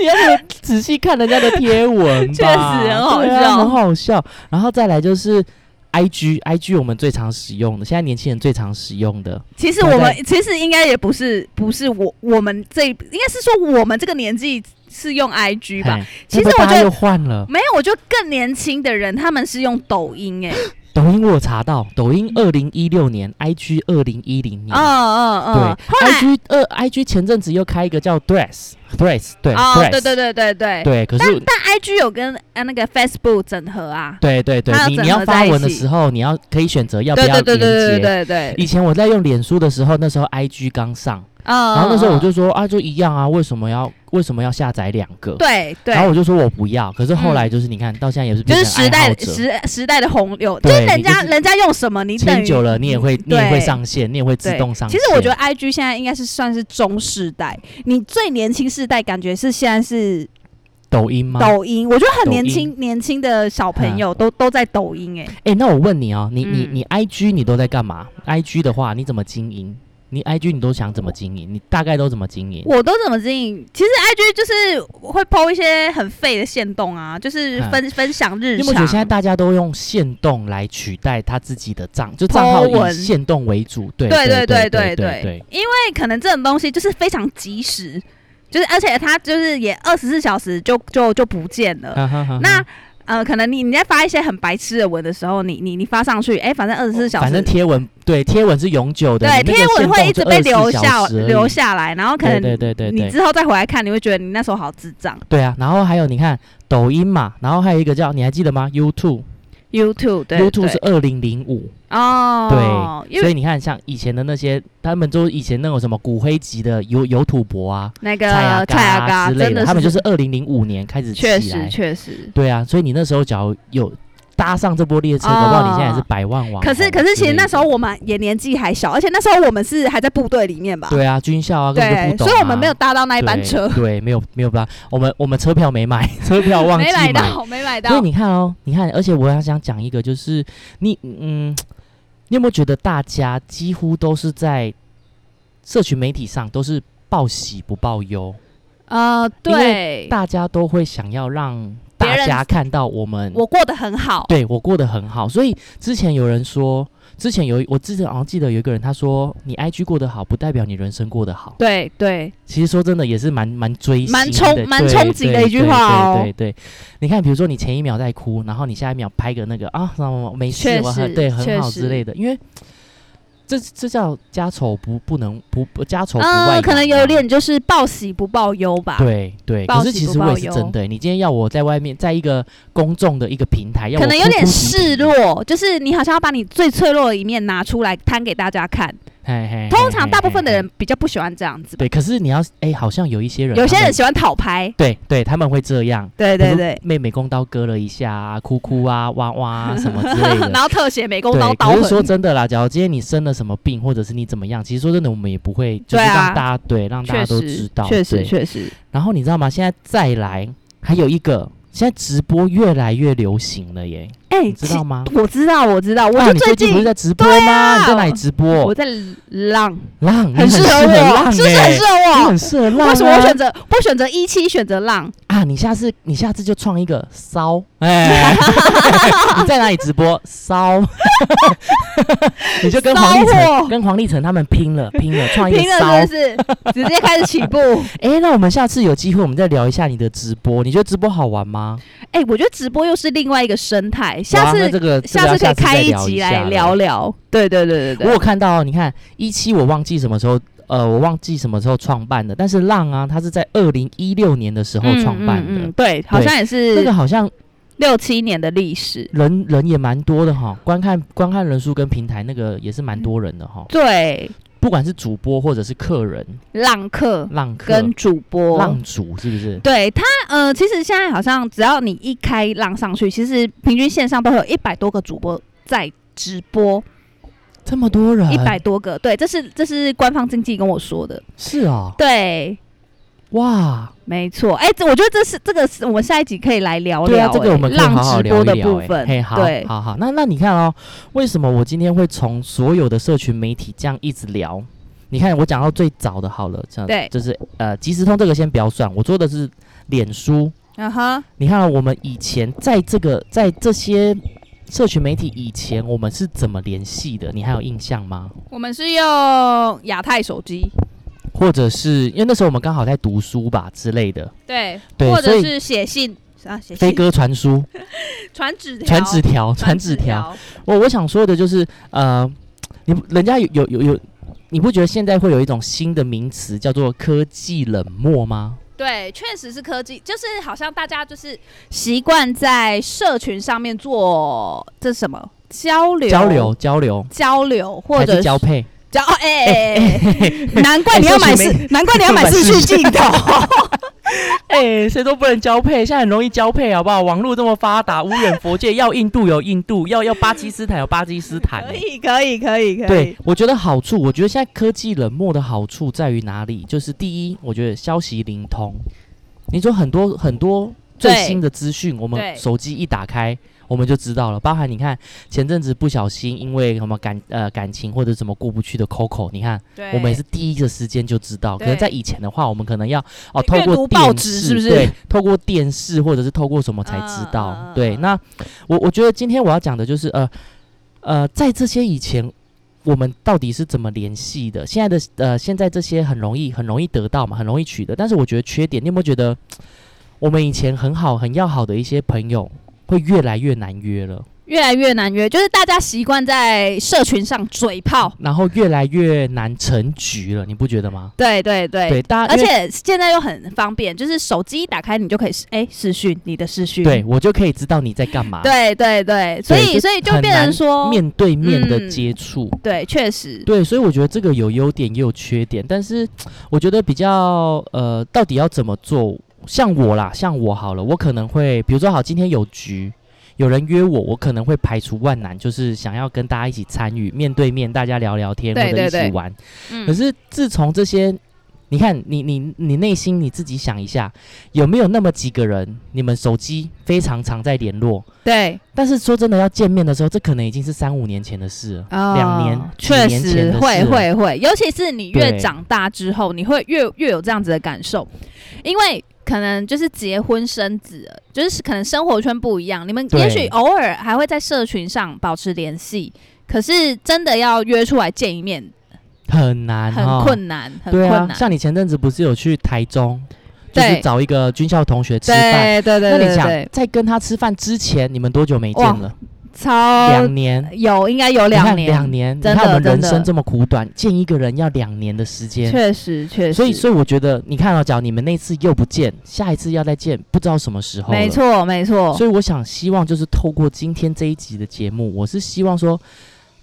[SPEAKER 1] 你要有仔细看人家的贴文吧，
[SPEAKER 2] 确实很好
[SPEAKER 1] 对啊
[SPEAKER 2] 笑
[SPEAKER 1] 很好笑。然后再来就是。I G I G 我们最常使用的，现在年轻人最常使用的，
[SPEAKER 2] 其实
[SPEAKER 1] 对
[SPEAKER 2] 我们
[SPEAKER 1] 对
[SPEAKER 2] 其实应该也不是不是我我们这一应该是说我们这个年纪是用 IG 吧
[SPEAKER 1] 嘿？
[SPEAKER 2] 其实
[SPEAKER 1] 会不会大
[SPEAKER 2] 我觉
[SPEAKER 1] 家
[SPEAKER 2] 得
[SPEAKER 1] 又换了。
[SPEAKER 2] 没有，我觉得更年轻的人他们是用抖音哎、
[SPEAKER 1] 抖音我有查到，抖音二零一六年，IG 二零一零年。
[SPEAKER 2] 嗯嗯
[SPEAKER 1] 对
[SPEAKER 2] 嗯，后来
[SPEAKER 1] ，IG 二 IG 前阵子又开一个叫 Dress，Dress，对
[SPEAKER 2] 哦，
[SPEAKER 1] ，Dress，
[SPEAKER 2] 对对对对对，
[SPEAKER 1] 对可是
[SPEAKER 2] 但 IG 有跟呃那个 Facebook 整合啊，
[SPEAKER 1] 对对对
[SPEAKER 2] 它，要
[SPEAKER 1] 你
[SPEAKER 2] 整
[SPEAKER 1] 你要
[SPEAKER 2] 合
[SPEAKER 1] 发
[SPEAKER 2] 在一
[SPEAKER 1] 文的
[SPEAKER 2] 起
[SPEAKER 1] 时候，你要可以选择要不
[SPEAKER 2] 对
[SPEAKER 1] 要
[SPEAKER 2] 对
[SPEAKER 1] 连
[SPEAKER 2] 对对对
[SPEAKER 1] 接。
[SPEAKER 2] 对对，
[SPEAKER 1] 以前我在用脸书的时候，那时候 IG 刚上，
[SPEAKER 2] 嗯，
[SPEAKER 1] 然后那时候我
[SPEAKER 2] 嗯
[SPEAKER 1] 就说啊，就一样啊，为什么要为什么要下载两个？
[SPEAKER 2] 嗯。对对
[SPEAKER 1] 然，后我就说我不要，可是后来
[SPEAKER 2] 嗯
[SPEAKER 1] 就是你看到现在也是
[SPEAKER 2] 就
[SPEAKER 1] 变
[SPEAKER 2] 是
[SPEAKER 1] 成
[SPEAKER 2] 时
[SPEAKER 1] 爱好
[SPEAKER 2] 代
[SPEAKER 1] 者
[SPEAKER 2] 时时代的洪流，就
[SPEAKER 1] 对
[SPEAKER 2] 是人
[SPEAKER 1] 你
[SPEAKER 2] 家
[SPEAKER 1] 就是
[SPEAKER 2] 人家用什么，你等
[SPEAKER 1] 听
[SPEAKER 2] 于
[SPEAKER 1] 久了你也会你也会
[SPEAKER 2] 嗯对
[SPEAKER 1] 上线，你也会自
[SPEAKER 2] 对
[SPEAKER 1] 动上
[SPEAKER 2] 其
[SPEAKER 1] 线。
[SPEAKER 2] 实我觉得 I G 现在应该是算是中世代，你最年轻世代感觉是现在是
[SPEAKER 1] 抖音吗？
[SPEAKER 2] 抖音，我觉得很
[SPEAKER 1] 抖
[SPEAKER 2] 年
[SPEAKER 1] 音啊
[SPEAKER 2] 轻年轻的小朋友都都在抖音哎、
[SPEAKER 1] 哎、那我问你哦，你你
[SPEAKER 2] 嗯
[SPEAKER 1] 你 I G 你都在干嘛？I G 的话，你怎么经营？你 I G 你都想怎么经营？你大概都怎么经营？
[SPEAKER 2] 我都怎么经营？其实 I G 就是会 PO 一些很废的线动啊，就是
[SPEAKER 1] 嗯
[SPEAKER 2] 分、分享日
[SPEAKER 1] 你有没有觉得现在
[SPEAKER 2] 常。
[SPEAKER 1] 大家都用限动来取代他自己的账，就账号
[SPEAKER 2] Po 文
[SPEAKER 1] 以限动为主？对
[SPEAKER 2] 对
[SPEAKER 1] 对对
[SPEAKER 2] 对对
[SPEAKER 1] 对
[SPEAKER 2] 对
[SPEAKER 1] 对，
[SPEAKER 2] 因为可能这种东西就是非常及时，就是而且它就是也二十四小时就就就不见了。
[SPEAKER 1] 哈哈哈哈
[SPEAKER 2] 那呃，可能你你在发一些很白痴的文的时候，你你你发上去，哎、反正二十四小
[SPEAKER 1] 哦
[SPEAKER 2] 时，
[SPEAKER 1] 反正贴文对贴文是永久的，
[SPEAKER 2] 对，
[SPEAKER 1] 你那个
[SPEAKER 2] 贴文会一直被
[SPEAKER 1] 限动
[SPEAKER 2] 留
[SPEAKER 1] 就24
[SPEAKER 2] 下
[SPEAKER 1] 小时而已
[SPEAKER 2] 留。下来，然后可能
[SPEAKER 1] 对对对对对
[SPEAKER 2] 你之后再回来看，你会觉得你那时候好智障。
[SPEAKER 1] 对啊，然后还有你看抖音嘛，然后还有一个叫你还记得吗？YouTube，YouTube
[SPEAKER 2] YouTube 对
[SPEAKER 1] 是二零零五，
[SPEAKER 2] 对哦，因
[SPEAKER 1] 所
[SPEAKER 2] 为
[SPEAKER 1] 以你看，像以前的那些，他们就是以前那种什么骨灰级的有有土博啊、
[SPEAKER 2] 那个
[SPEAKER 1] 蔡阿
[SPEAKER 2] 蔡阿
[SPEAKER 1] 嘎啊
[SPEAKER 2] 嘎
[SPEAKER 1] 之类
[SPEAKER 2] 真的
[SPEAKER 1] 他们就是二零零五年开始起
[SPEAKER 2] 确
[SPEAKER 1] 来，
[SPEAKER 2] 实确实。
[SPEAKER 1] 对啊，所以你那时候假如有搭上这波列车，
[SPEAKER 2] 哦
[SPEAKER 1] 搞不好你现在也是百万网红之类
[SPEAKER 2] 可
[SPEAKER 1] 的。
[SPEAKER 2] 是可是其实那时候我们也年纪还小，而且那时候我们是还在部队里面吧？
[SPEAKER 1] 对啊，军校啊，根本就
[SPEAKER 2] 对，
[SPEAKER 1] 不懂、
[SPEAKER 2] 所
[SPEAKER 1] 啊，
[SPEAKER 2] 以我们没有搭到那一班
[SPEAKER 1] 对
[SPEAKER 2] 车，
[SPEAKER 1] 对，没有没有办法，我们我们车票没买， 车票忘记
[SPEAKER 2] 没买到，没买
[SPEAKER 1] 所以
[SPEAKER 2] 到。
[SPEAKER 1] 你看哦，你看，而且我还想讲一个，就是你嗯，你有没有觉得大家几乎都是在社群媒体上都是报喜不报忧，
[SPEAKER 2] 呃，
[SPEAKER 1] 因
[SPEAKER 2] 对，
[SPEAKER 1] 大家都会想要让
[SPEAKER 2] 别
[SPEAKER 1] 大
[SPEAKER 2] 人
[SPEAKER 1] 家看到我们，
[SPEAKER 2] 我过得很好。
[SPEAKER 1] 对我过得很好。所以之前有人说，之前有我之前好像记得有一个人他说，你 IG 过得好不代表你人生过得好。
[SPEAKER 2] 对对，
[SPEAKER 1] 其实说真的，也是蛮蛮追星的、
[SPEAKER 2] 蛮冲
[SPEAKER 1] 对
[SPEAKER 2] 蛮冲击的一句话哦
[SPEAKER 1] 对对对对对你看，比如说你前一秒在哭，然后你下一秒拍个那个啊，什么没事
[SPEAKER 2] 确，实
[SPEAKER 1] 我很对很好
[SPEAKER 2] 确实
[SPEAKER 1] 之类的，因为这这叫家丑不不能不不家丑不外扬
[SPEAKER 2] 嗯，
[SPEAKER 1] 嘛、
[SPEAKER 2] 可能有点就是报喜不报忧吧。
[SPEAKER 1] 对对，
[SPEAKER 2] 报
[SPEAKER 1] 可是
[SPEAKER 2] 喜
[SPEAKER 1] 其
[SPEAKER 2] 不
[SPEAKER 1] 实我
[SPEAKER 2] 报
[SPEAKER 1] 也是
[SPEAKER 2] 忧
[SPEAKER 1] 真的欸、你今天要我在外面，在一个公众的一个平台，要
[SPEAKER 2] 可
[SPEAKER 1] 我
[SPEAKER 2] 能有
[SPEAKER 1] 哭
[SPEAKER 2] 点
[SPEAKER 1] 哭啼啼
[SPEAKER 2] 示，弱，就是你好像要把你最脆弱的一面拿出来摊给大家看。
[SPEAKER 1] 嘿嘿
[SPEAKER 2] 通
[SPEAKER 1] 嘿
[SPEAKER 2] 常
[SPEAKER 1] 嘿
[SPEAKER 2] 大部
[SPEAKER 1] 嘿
[SPEAKER 2] 分的
[SPEAKER 1] 嘿
[SPEAKER 2] 人比较不喜欢这样子
[SPEAKER 1] 哎
[SPEAKER 2] 吧，
[SPEAKER 1] 对，可是你要哎、好像有一些人，
[SPEAKER 2] 有
[SPEAKER 1] 他
[SPEAKER 2] 些人
[SPEAKER 1] 们
[SPEAKER 2] 喜欢讨拍。
[SPEAKER 1] 对对，他们会这样。
[SPEAKER 2] 对
[SPEAKER 1] 比
[SPEAKER 2] 对
[SPEAKER 1] 如
[SPEAKER 2] 对，
[SPEAKER 1] 妹妹弓刀割了一下啊，哭哭啊，哇哇啊什么之类的。
[SPEAKER 2] 然后特写美工
[SPEAKER 1] 对，
[SPEAKER 2] 刀刀
[SPEAKER 1] 可是说
[SPEAKER 2] 痕，
[SPEAKER 1] 真的啦，假如今天你生了什么病，或者是你怎么样，其实说真的，我们也不会就是
[SPEAKER 2] 对
[SPEAKER 1] 让
[SPEAKER 2] 啊
[SPEAKER 1] 大家对让大家
[SPEAKER 2] 确
[SPEAKER 1] 都
[SPEAKER 2] 实
[SPEAKER 1] 知道。
[SPEAKER 2] 确实
[SPEAKER 1] 对
[SPEAKER 2] 确实，
[SPEAKER 1] 然后你知道吗？现在再来还有一个，现在直播越来越流行了耶，
[SPEAKER 2] 哎
[SPEAKER 1] 你，知道吗？
[SPEAKER 2] 其我知道我知道，
[SPEAKER 1] 啊
[SPEAKER 2] 我
[SPEAKER 1] 你
[SPEAKER 2] 就
[SPEAKER 1] 最
[SPEAKER 2] 最
[SPEAKER 1] 近不是
[SPEAKER 2] 近
[SPEAKER 1] 在直播
[SPEAKER 2] 对
[SPEAKER 1] 吗？
[SPEAKER 2] 啊
[SPEAKER 1] 你在哪里直播
[SPEAKER 2] 我？在浪，
[SPEAKER 1] 浪，你
[SPEAKER 2] 很
[SPEAKER 1] 适
[SPEAKER 2] 适合
[SPEAKER 1] 浪
[SPEAKER 2] 我，是不是很
[SPEAKER 1] 欸
[SPEAKER 2] 适
[SPEAKER 1] 你
[SPEAKER 2] 合
[SPEAKER 1] 很适合
[SPEAKER 2] 我？
[SPEAKER 1] 浪。
[SPEAKER 2] 为什么我选？择不选择一期，选择浪？
[SPEAKER 1] 啊，你下次你下次就创一个骚， 哎， 你在哪里直播骚？ 你就跟黄立
[SPEAKER 2] 骚
[SPEAKER 1] 成
[SPEAKER 2] 货
[SPEAKER 1] 跟黄立成他们拼了拼 了，创一个
[SPEAKER 2] 拼
[SPEAKER 1] 啊骚
[SPEAKER 2] 了是不是？直接开始起 步。
[SPEAKER 1] 哎、那我们下次有机会，我们再聊一下你的直播。你觉得直播好玩吗？
[SPEAKER 2] 哎，我觉得直播又是另外一个生态，下
[SPEAKER 1] 哇那
[SPEAKER 2] 次
[SPEAKER 1] 这个
[SPEAKER 2] 下次可以开
[SPEAKER 1] 一
[SPEAKER 2] 一集来聊。聊。对对对对
[SPEAKER 1] 我
[SPEAKER 2] 对，
[SPEAKER 1] 有看到，你看一期我忘记什么时候，呃，我忘记什么时候创办的，但是浪啊，它是在二零一六年的时候创办的，
[SPEAKER 2] 嗯嗯嗯对，好像也
[SPEAKER 1] 这个
[SPEAKER 2] 是
[SPEAKER 1] 好像
[SPEAKER 2] 六七年的历史。
[SPEAKER 1] 人人也蛮多的
[SPEAKER 2] 嗯
[SPEAKER 1] 哈，观看观看人数跟平台那个也是蛮多人的哈，
[SPEAKER 2] 嗯对，
[SPEAKER 1] 不管是主播或者是客人，
[SPEAKER 2] 浪客
[SPEAKER 1] 浪客、
[SPEAKER 2] 跟主播，
[SPEAKER 1] 浪主是不是？
[SPEAKER 2] 对他呃，其实现在好像只要你一开浪上去，其实平均线上都会有一百多个主播在直播。
[SPEAKER 1] 这么多人，
[SPEAKER 2] 一百多个，对，这是这是官方经纪跟我说的，
[SPEAKER 1] 是啊、
[SPEAKER 2] 对，
[SPEAKER 1] 哇，
[SPEAKER 2] 没错，哎、这我觉得这是这个是我们下一集可以来聊
[SPEAKER 1] 对
[SPEAKER 2] 聊、
[SPEAKER 1] 啊，这个
[SPEAKER 2] 哎
[SPEAKER 1] 我们可以
[SPEAKER 2] 浪
[SPEAKER 1] 好好
[SPEAKER 2] 直
[SPEAKER 1] 聊
[SPEAKER 2] 播
[SPEAKER 1] 一
[SPEAKER 2] 的
[SPEAKER 1] 聊、
[SPEAKER 2] 部
[SPEAKER 1] 哎
[SPEAKER 2] 分，
[SPEAKER 1] 嘿，好，
[SPEAKER 2] 对，
[SPEAKER 1] 好好，那那你看哦，为什么我今天会从所有的社群媒体这样一直聊？你看我讲到最早的好了，这样
[SPEAKER 2] 对
[SPEAKER 1] 就是呃即时通这个先不要算，我做的是脸书。
[SPEAKER 2] 嗯哼，
[SPEAKER 1] 你看哦、我们以前在这个在这些社群媒体以前，我们是怎么联系的？你还有印象吗？
[SPEAKER 2] 我们是用亚太手机，
[SPEAKER 1] 或者是因为那时候我们刚好在读书吧之类的，
[SPEAKER 2] 对，
[SPEAKER 1] 对
[SPEAKER 2] 或
[SPEAKER 1] 所
[SPEAKER 2] 者
[SPEAKER 1] 以
[SPEAKER 2] 是写信啊，写
[SPEAKER 1] 飞
[SPEAKER 2] 信
[SPEAKER 1] 鸽传书、
[SPEAKER 2] 传纸条，
[SPEAKER 1] 传纸条、传
[SPEAKER 2] 传
[SPEAKER 1] 纸条。，我我想说的就是，呃，你人家有有有有，你不觉得现在会有一种新的名词叫做科技冷漠吗？
[SPEAKER 2] 对，确实是科技，就是好像大家就是习惯在社群上面做这是什么交流
[SPEAKER 1] 交流交流
[SPEAKER 2] 交流，哦或
[SPEAKER 1] 还
[SPEAKER 2] 者
[SPEAKER 1] 是
[SPEAKER 2] 是
[SPEAKER 1] 交配？
[SPEAKER 2] 交哎哎，哎难怪你要买
[SPEAKER 1] 哎社群
[SPEAKER 2] 视，难怪你要买视讯镜头。
[SPEAKER 1] 哎、谁都不能交配，现在很容易交配，好不好？网络这么发达，无远佛界，要印度有印度，要要巴基斯坦有巴基斯坦、
[SPEAKER 2] 可以可以可以可以，
[SPEAKER 1] 对，我觉得好处，我觉得现在科技冷漠的好处在于哪里？就是第一，我觉得消息灵通。你说很多很多最
[SPEAKER 2] 对
[SPEAKER 1] 新的资讯，我
[SPEAKER 2] 对
[SPEAKER 1] 们手机一打开，我们就知道了。包含你看前阵子不小心因为什么感呃感情或者什么过不去的 Coco，你看
[SPEAKER 2] 对
[SPEAKER 1] 我们也是第一个时间就知道。可能
[SPEAKER 2] 对
[SPEAKER 1] 在以前的话，我们可能要哦透
[SPEAKER 2] 阅读
[SPEAKER 1] 过电
[SPEAKER 2] 报纸
[SPEAKER 1] 视
[SPEAKER 2] 是不是
[SPEAKER 1] 对，透过电视或者是透过什么才知道。
[SPEAKER 2] 嗯嗯嗯
[SPEAKER 1] 对，
[SPEAKER 2] 嗯
[SPEAKER 1] 那我我觉得今天我要讲的就是呃呃，在这些以前。我们到底是怎么联系的？现在的呃，现在这些很容易很容易得到嘛，很容易取得。但是我觉得缺点，你有没有觉得我们以前很好很要好的一些朋友，会越来越难约了，
[SPEAKER 2] 越来越难约，就是大家习惯在社群上嘴炮。
[SPEAKER 1] 然后越来越难成局了，你不觉得吗？
[SPEAKER 2] 对对对，
[SPEAKER 1] 对，大家
[SPEAKER 2] 而
[SPEAKER 1] 因为
[SPEAKER 2] 且现在又很方便，就是手机一打开你就可以视哎视讯你的视讯。
[SPEAKER 1] 对我就可以知道你在干嘛。
[SPEAKER 2] 对对对，所以
[SPEAKER 1] 就
[SPEAKER 2] 所以就
[SPEAKER 1] 很
[SPEAKER 2] 变成
[SPEAKER 1] 难
[SPEAKER 2] 说，
[SPEAKER 1] 面对面的
[SPEAKER 2] 哦嗯
[SPEAKER 1] 接触，
[SPEAKER 2] 对，确实，
[SPEAKER 1] 对，所以我觉得这个有优点也有缺点，但是我觉得比较呃，到底要怎么做？像我啦，像我好了，我可能会，比如说好，今天有局，有人约我，我可能会排除万难，就是想要跟大家一起参与，面对面大家聊聊天
[SPEAKER 2] 对对
[SPEAKER 1] 或者一
[SPEAKER 2] 对
[SPEAKER 1] 起玩。
[SPEAKER 2] 嗯
[SPEAKER 1] 可是自从这些，你看，你你你内心你自己想一下，有没有那么几个人，你们手机非常常在联络，
[SPEAKER 2] 对，
[SPEAKER 1] 但是说真的，要见面的时候，这可能已经是三五年前的事了，
[SPEAKER 2] 哦
[SPEAKER 1] 两年、几
[SPEAKER 2] 确
[SPEAKER 1] 年前
[SPEAKER 2] 实
[SPEAKER 1] 的
[SPEAKER 2] 会
[SPEAKER 1] 事了
[SPEAKER 2] 会会，尤其是你越
[SPEAKER 1] 对
[SPEAKER 2] 长大之后，你会越越有这样子的感受，因为可能就是结婚生子了，就是可能生活圈不一样，你们
[SPEAKER 1] 对
[SPEAKER 2] 也许偶尔还会在社群上保持联系，可是真的要约出来见一面
[SPEAKER 1] 很难，
[SPEAKER 2] 很
[SPEAKER 1] 哦
[SPEAKER 2] 困难，很
[SPEAKER 1] 对
[SPEAKER 2] 困
[SPEAKER 1] 啊
[SPEAKER 2] 难，。
[SPEAKER 1] 像你前阵子不是有去台中，就是
[SPEAKER 2] 对
[SPEAKER 1] 找一个军校同学吃饭。
[SPEAKER 2] 对对对
[SPEAKER 1] 那你
[SPEAKER 2] 对
[SPEAKER 1] 想
[SPEAKER 2] 对，
[SPEAKER 1] 在跟他吃饭之前，你们多久没见
[SPEAKER 2] 哇
[SPEAKER 1] 了？
[SPEAKER 2] 超
[SPEAKER 1] 两年，
[SPEAKER 2] 有应该有
[SPEAKER 1] 你看
[SPEAKER 2] 哦两年，
[SPEAKER 1] 两年。你
[SPEAKER 2] 真
[SPEAKER 1] 看我
[SPEAKER 2] 的
[SPEAKER 1] 们人
[SPEAKER 2] 真的
[SPEAKER 1] 生这么苦短，见一个人要两年的时间。
[SPEAKER 2] 确实确实，
[SPEAKER 1] 所以，所以我觉得，你看到、哦，假如你们那次又不见，下一次要再见，不知道什么时候。
[SPEAKER 2] 没。错没错，
[SPEAKER 1] 所以我想，希望就是透过今天这一集的节目，我是希望说，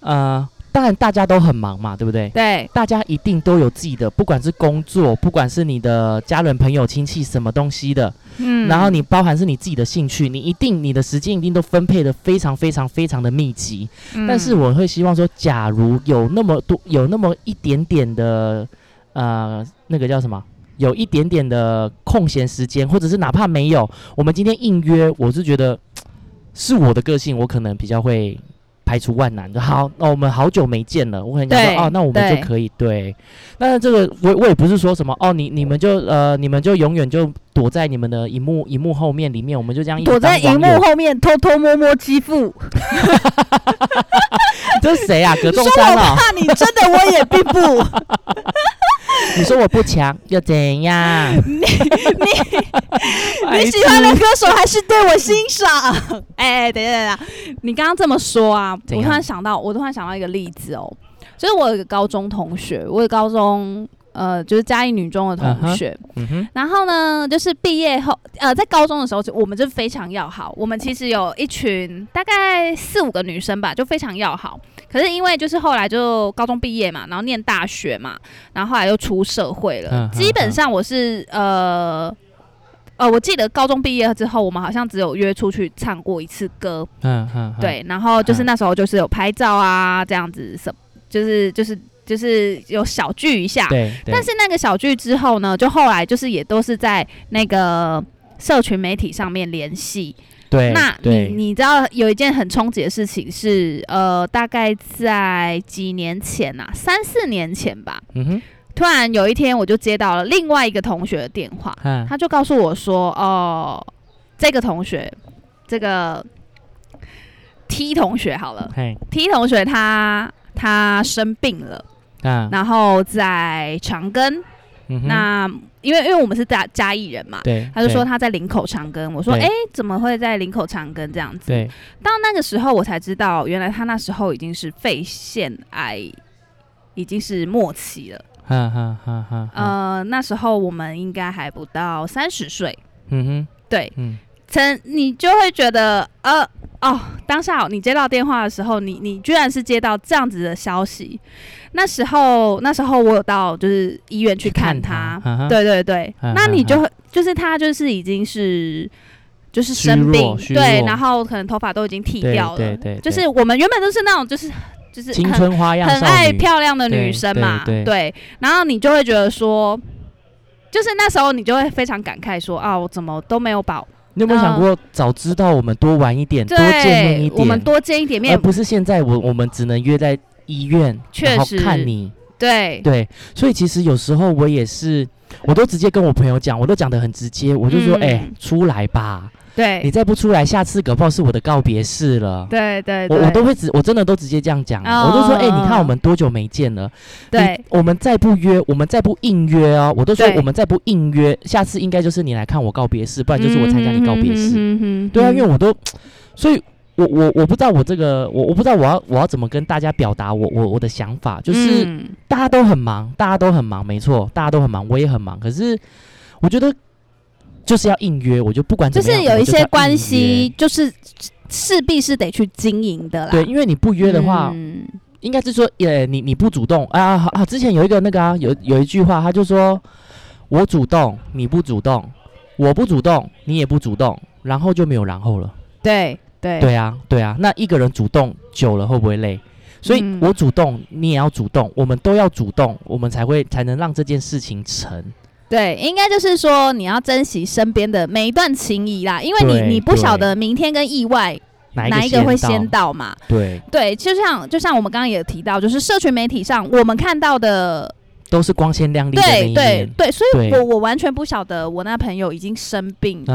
[SPEAKER 1] 呃，当然大家都很忙嘛，对不对？
[SPEAKER 2] 对
[SPEAKER 1] 大家一定都有自己的，不管是工作，不管是你的家人、朋友、亲戚什么东西的，
[SPEAKER 2] 嗯，
[SPEAKER 1] 然后你包含是你自己的兴趣，你一定你的时间一定都分配的非常非常非常的密集。
[SPEAKER 2] 嗯，
[SPEAKER 1] 但是我会希望说，假如有那么多有那么一点点的呃那个叫什么？有一点点的空闲时间，或者是哪怕没有，我们今天应约，我是觉得是我的个性，我可能比较会排除万难的。好，那、我们好久没见了，我可能想
[SPEAKER 2] 对
[SPEAKER 1] 说，哦，那我们
[SPEAKER 2] 对
[SPEAKER 1] 就可以对。但是这个我我也不是说什么哦，你你们就呃你们就永远就躲在你们的荧幕荧幕后面里面，我们就这样一直
[SPEAKER 2] 躲在
[SPEAKER 1] 当网
[SPEAKER 2] 荧幕
[SPEAKER 1] 友，
[SPEAKER 2] 后面偷偷摸摸欺负，
[SPEAKER 1] 这是谁啊？葛仲
[SPEAKER 2] 说我
[SPEAKER 1] 山啊、
[SPEAKER 2] 怕你，真的我也并 不。
[SPEAKER 1] 你说我不强又怎样？ 你 你
[SPEAKER 2] 你喜欢的歌手还是对我欣赏？ 哎、等一下等一下，你刚刚这么说啊，
[SPEAKER 1] 怎
[SPEAKER 2] 我
[SPEAKER 1] 样
[SPEAKER 2] 突然想到，我突然想到一个例子哦，就是我有一个高中同学，我有高中呃，就是嘉义女中的同学
[SPEAKER 1] 嗯哼，
[SPEAKER 2] 然后呢，就是毕业后，呃，在高中的时候，我们就非常要好。我们其实有一群大概四五个女生吧，就非常要好。可是因为就是后来就高中毕业嘛，然后念大学嘛，然后后来又出社会了。
[SPEAKER 1] 嗯嗯嗯
[SPEAKER 2] 基本上我是呃呃，我记得高中毕业之后，我们好像只有约出去唱过一次歌，
[SPEAKER 1] 嗯嗯，嗯，
[SPEAKER 2] 对。然后就是那时候就是有拍照啊，这样子什么就是就是就是有小聚一下。
[SPEAKER 1] 对，对
[SPEAKER 2] 但是那个小聚之后呢，就后来就是也都是在那个社群媒体上面联系。
[SPEAKER 1] 对，
[SPEAKER 2] 那你
[SPEAKER 1] 哎对
[SPEAKER 2] 你知道有一件很冲击的事情是，呃，大概在几年前呐、三四年前吧，
[SPEAKER 1] 嗯哼，
[SPEAKER 2] 突然有一天我就接到了另外一个同学的电话，
[SPEAKER 1] 哈
[SPEAKER 2] 他就告诉我说，哦、这个同学，这个 T 同学好了
[SPEAKER 1] 嘿
[SPEAKER 2] ，T 同学他他生病了，
[SPEAKER 1] 啊，
[SPEAKER 2] 然后在长庚，
[SPEAKER 1] 嗯哼
[SPEAKER 2] 那因为因为我们是嘉嘉义人嘛。
[SPEAKER 1] 对，
[SPEAKER 2] 他就说
[SPEAKER 1] 对
[SPEAKER 2] 他在林口长庚，我说
[SPEAKER 1] 对
[SPEAKER 2] 诶，怎么会在林口长庚这样子？
[SPEAKER 1] 对
[SPEAKER 2] 到那个时候我才知道，原来他那时候已经是肺腺癌，已经是末期了。
[SPEAKER 1] 哈哈哈哈，哈
[SPEAKER 2] 呃，那时候我们应该还不到三十岁，
[SPEAKER 1] 嗯哼，
[SPEAKER 2] 对，
[SPEAKER 1] 嗯，
[SPEAKER 2] 曾你就会觉得，呃，哦，当下你接到电话的时候，你你居然是接到这样子的消息。那时候那时候我有到就是医院去看他，
[SPEAKER 1] 哈哈，
[SPEAKER 2] 对对对，
[SPEAKER 1] 嗯
[SPEAKER 2] 那你
[SPEAKER 1] 嗯
[SPEAKER 2] 就会就是他就是已经是。就是
[SPEAKER 1] 虚
[SPEAKER 2] 生病
[SPEAKER 1] 弱，虚
[SPEAKER 2] 对，
[SPEAKER 1] 弱
[SPEAKER 2] 然后可能头发都已经剃
[SPEAKER 1] 对
[SPEAKER 2] 掉了，
[SPEAKER 1] 对对对
[SPEAKER 2] 就是我们原本都是那种就是就是
[SPEAKER 1] 青
[SPEAKER 2] 很
[SPEAKER 1] 春花样
[SPEAKER 2] 很
[SPEAKER 1] 少
[SPEAKER 2] 爱
[SPEAKER 1] 女，
[SPEAKER 2] 漂亮的
[SPEAKER 1] 对
[SPEAKER 2] 女生嘛，
[SPEAKER 1] 对
[SPEAKER 2] 然后你就会觉得说，就是那时候你就会非常感慨说啊，我怎么都没有把
[SPEAKER 1] 你有没有想
[SPEAKER 2] 嗯
[SPEAKER 1] 过早知道我们多玩一点，多见面一
[SPEAKER 2] 对
[SPEAKER 1] 点，
[SPEAKER 2] 我们多见一点
[SPEAKER 1] 而
[SPEAKER 2] 面，
[SPEAKER 1] 不是现在我我们只能约在医院，
[SPEAKER 2] 确
[SPEAKER 1] 然后
[SPEAKER 2] 实
[SPEAKER 1] 看你。
[SPEAKER 2] 对
[SPEAKER 1] 对，所以其实有时候我也是，我都直接跟我朋友讲，我都讲得很直接，我就说，
[SPEAKER 2] 嗯
[SPEAKER 1] 哎、出来吧，你
[SPEAKER 2] 对
[SPEAKER 1] 再不出来，下次搞不好是我的告别式了。
[SPEAKER 2] 对对
[SPEAKER 1] 我我都
[SPEAKER 2] 对
[SPEAKER 1] 会直，我真的都直接这样讲，
[SPEAKER 2] 哦
[SPEAKER 1] 我就说，哎、你看我们多久没见了？
[SPEAKER 2] 对
[SPEAKER 1] 你，我们再不约，我们再不硬约哦，我都说
[SPEAKER 2] 对
[SPEAKER 1] 我们再不硬约，下次应该就是你来看我告别式，不然就是我参加你告别式。
[SPEAKER 2] 嗯哼哼哼
[SPEAKER 1] 对啊，
[SPEAKER 2] 哼
[SPEAKER 1] 因为我都，所以我我我不知道我这个我我不知道我要我要怎么跟大家表达我我我的想法，就是、
[SPEAKER 2] 嗯
[SPEAKER 1] 大家都很忙，大家都很忙，没错，大家都很忙，我也很忙，可是我觉得就是要硬约，我就不管
[SPEAKER 2] 就
[SPEAKER 1] 怎么样，
[SPEAKER 2] 是有
[SPEAKER 1] 我
[SPEAKER 2] 一
[SPEAKER 1] 要
[SPEAKER 2] 些
[SPEAKER 1] 硬
[SPEAKER 2] 关
[SPEAKER 1] 约
[SPEAKER 2] 系，。就是势必是得去经营的啦。
[SPEAKER 1] 对，因为你不约的话，
[SPEAKER 2] 嗯
[SPEAKER 1] 应该是说，呃，你你不主动啊好啊！之前有一个那个啊，有有一句话，他就说，我主动，你不主动，我不主动，你也不主动，然后就没有然后了。
[SPEAKER 2] 对对
[SPEAKER 1] 对啊，对啊，那一个人主动久了会不会累？所以
[SPEAKER 2] 嗯
[SPEAKER 1] 我主动，你也要主动，我们都要主动，我们才会才能让这件事情成。
[SPEAKER 2] 对，应该就是说你要珍惜身边的每一段情谊啦，因为
[SPEAKER 1] 对
[SPEAKER 2] 你你不晓
[SPEAKER 1] 对
[SPEAKER 2] 得明天跟意外
[SPEAKER 1] 哪
[SPEAKER 2] 哪
[SPEAKER 1] 一
[SPEAKER 2] 一个会
[SPEAKER 1] 到
[SPEAKER 2] 先？到嘛。
[SPEAKER 1] 对，
[SPEAKER 2] 对，就像就像我们刚刚也有提到，就是社群媒体上我们看到的，
[SPEAKER 1] 都是光鲜亮丽的那一
[SPEAKER 2] 对对
[SPEAKER 1] 面。
[SPEAKER 2] 对，所以
[SPEAKER 1] 对
[SPEAKER 2] 我我完全不晓得我那朋友已经生 病，
[SPEAKER 1] 这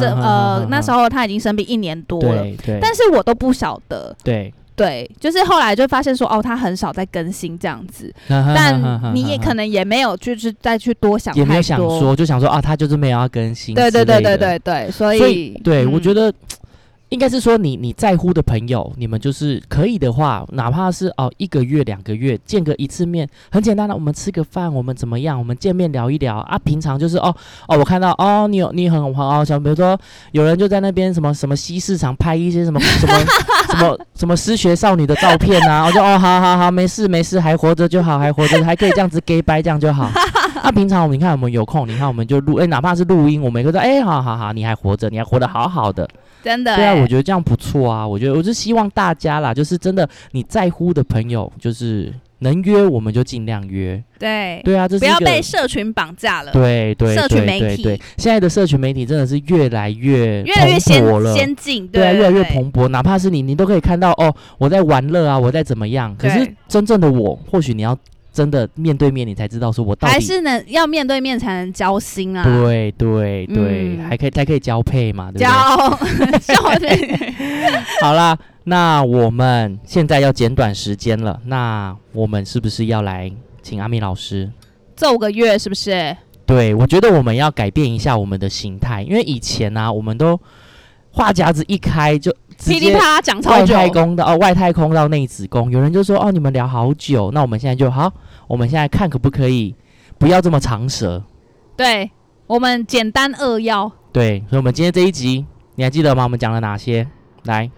[SPEAKER 2] 这呃那时
[SPEAKER 1] 候
[SPEAKER 2] 候他已经生病一年多了，
[SPEAKER 1] 对对，
[SPEAKER 2] 但是我都不晓得，
[SPEAKER 1] 对，
[SPEAKER 2] 对，就是后来就发现说哦，他很少在更新这样子，
[SPEAKER 1] 啊嗯
[SPEAKER 2] 但
[SPEAKER 1] 但
[SPEAKER 2] 你也可能也没有就是再去多想
[SPEAKER 1] 也没
[SPEAKER 2] 太
[SPEAKER 1] 有想
[SPEAKER 2] 多，
[SPEAKER 1] 说，就想说啊，他就是没有要更新之类
[SPEAKER 2] 对对
[SPEAKER 1] 的。
[SPEAKER 2] 对对对对，所
[SPEAKER 1] 所
[SPEAKER 2] 以嗯
[SPEAKER 1] 以对，我觉
[SPEAKER 2] 得
[SPEAKER 1] 得应该是说你你在乎的朋友，你们就是可以的话，哪怕是哦一个月两个月见个一次面，很简单的，我们吃个饭，我们怎么样，我们见面聊一聊啊。平常就是哦哦，我看到哦你有你很很哦，像比如说有人就在那边什么什么西市场拍一些什么什 么什么什么失学少女的照片啊，我就哦好好好，没事没事，还活着就好，还活着还可以这样子 gay 掰这样就好。那啊平常我们你看我们有空，你看我们 就录，哎、哪怕是录音，我们也会说，哎、好好好，你还活着，你还活得好好 的。
[SPEAKER 2] 真的、
[SPEAKER 1] 对啊，
[SPEAKER 2] 欸
[SPEAKER 1] 我觉得这样不错啊。我觉得我就希望大家啦，就是真的你在乎的朋友，就是能约我们就尽量约。
[SPEAKER 2] 对
[SPEAKER 1] 对啊，这是
[SPEAKER 2] 不
[SPEAKER 1] 一
[SPEAKER 2] 要
[SPEAKER 1] 个
[SPEAKER 2] 被社群绑架了，
[SPEAKER 1] 对对
[SPEAKER 2] 社群
[SPEAKER 1] 对
[SPEAKER 2] 媒
[SPEAKER 1] 对
[SPEAKER 2] 体
[SPEAKER 1] 对，现在的社群媒体真的是越来越
[SPEAKER 2] 越来越
[SPEAKER 1] 蓬
[SPEAKER 2] 先
[SPEAKER 1] 勃了。
[SPEAKER 2] 先进，
[SPEAKER 1] 对啊，
[SPEAKER 2] 对
[SPEAKER 1] 越来越
[SPEAKER 2] 对
[SPEAKER 1] 蓬勃，哪怕是你，你都可以看到哦，我在玩乐啊，我在怎么样。可是
[SPEAKER 2] 对
[SPEAKER 1] 真正的我，或许你要真的面对面，你才知道说我到
[SPEAKER 2] 还
[SPEAKER 1] 底
[SPEAKER 2] 是能要面对面才能交心啊。
[SPEAKER 1] 对对对，
[SPEAKER 2] 嗯
[SPEAKER 1] 还可以还可以交配嘛，对不对
[SPEAKER 2] 交？交 配
[SPEAKER 1] 好啦，那我们现在要简短时间了，那我们是不是要来请阿米老师？
[SPEAKER 2] 奏个乐是不是？
[SPEAKER 1] 对，我觉得我们要改变一下我们的形态，因为以前呢、啊，我们都话匣子一开就直
[SPEAKER 2] 噼里
[SPEAKER 1] 接
[SPEAKER 2] 啪啦讲超
[SPEAKER 1] 外
[SPEAKER 2] 久，
[SPEAKER 1] 太空的哦，外太空到内子宫，有人就说哦，你们聊好久，那我们现在就好，我们现在看可不可以不要这么长舌？
[SPEAKER 2] 对我们简单扼要，
[SPEAKER 1] 对，所以我们今天这一集你还记得吗？我们讲了哪些？来，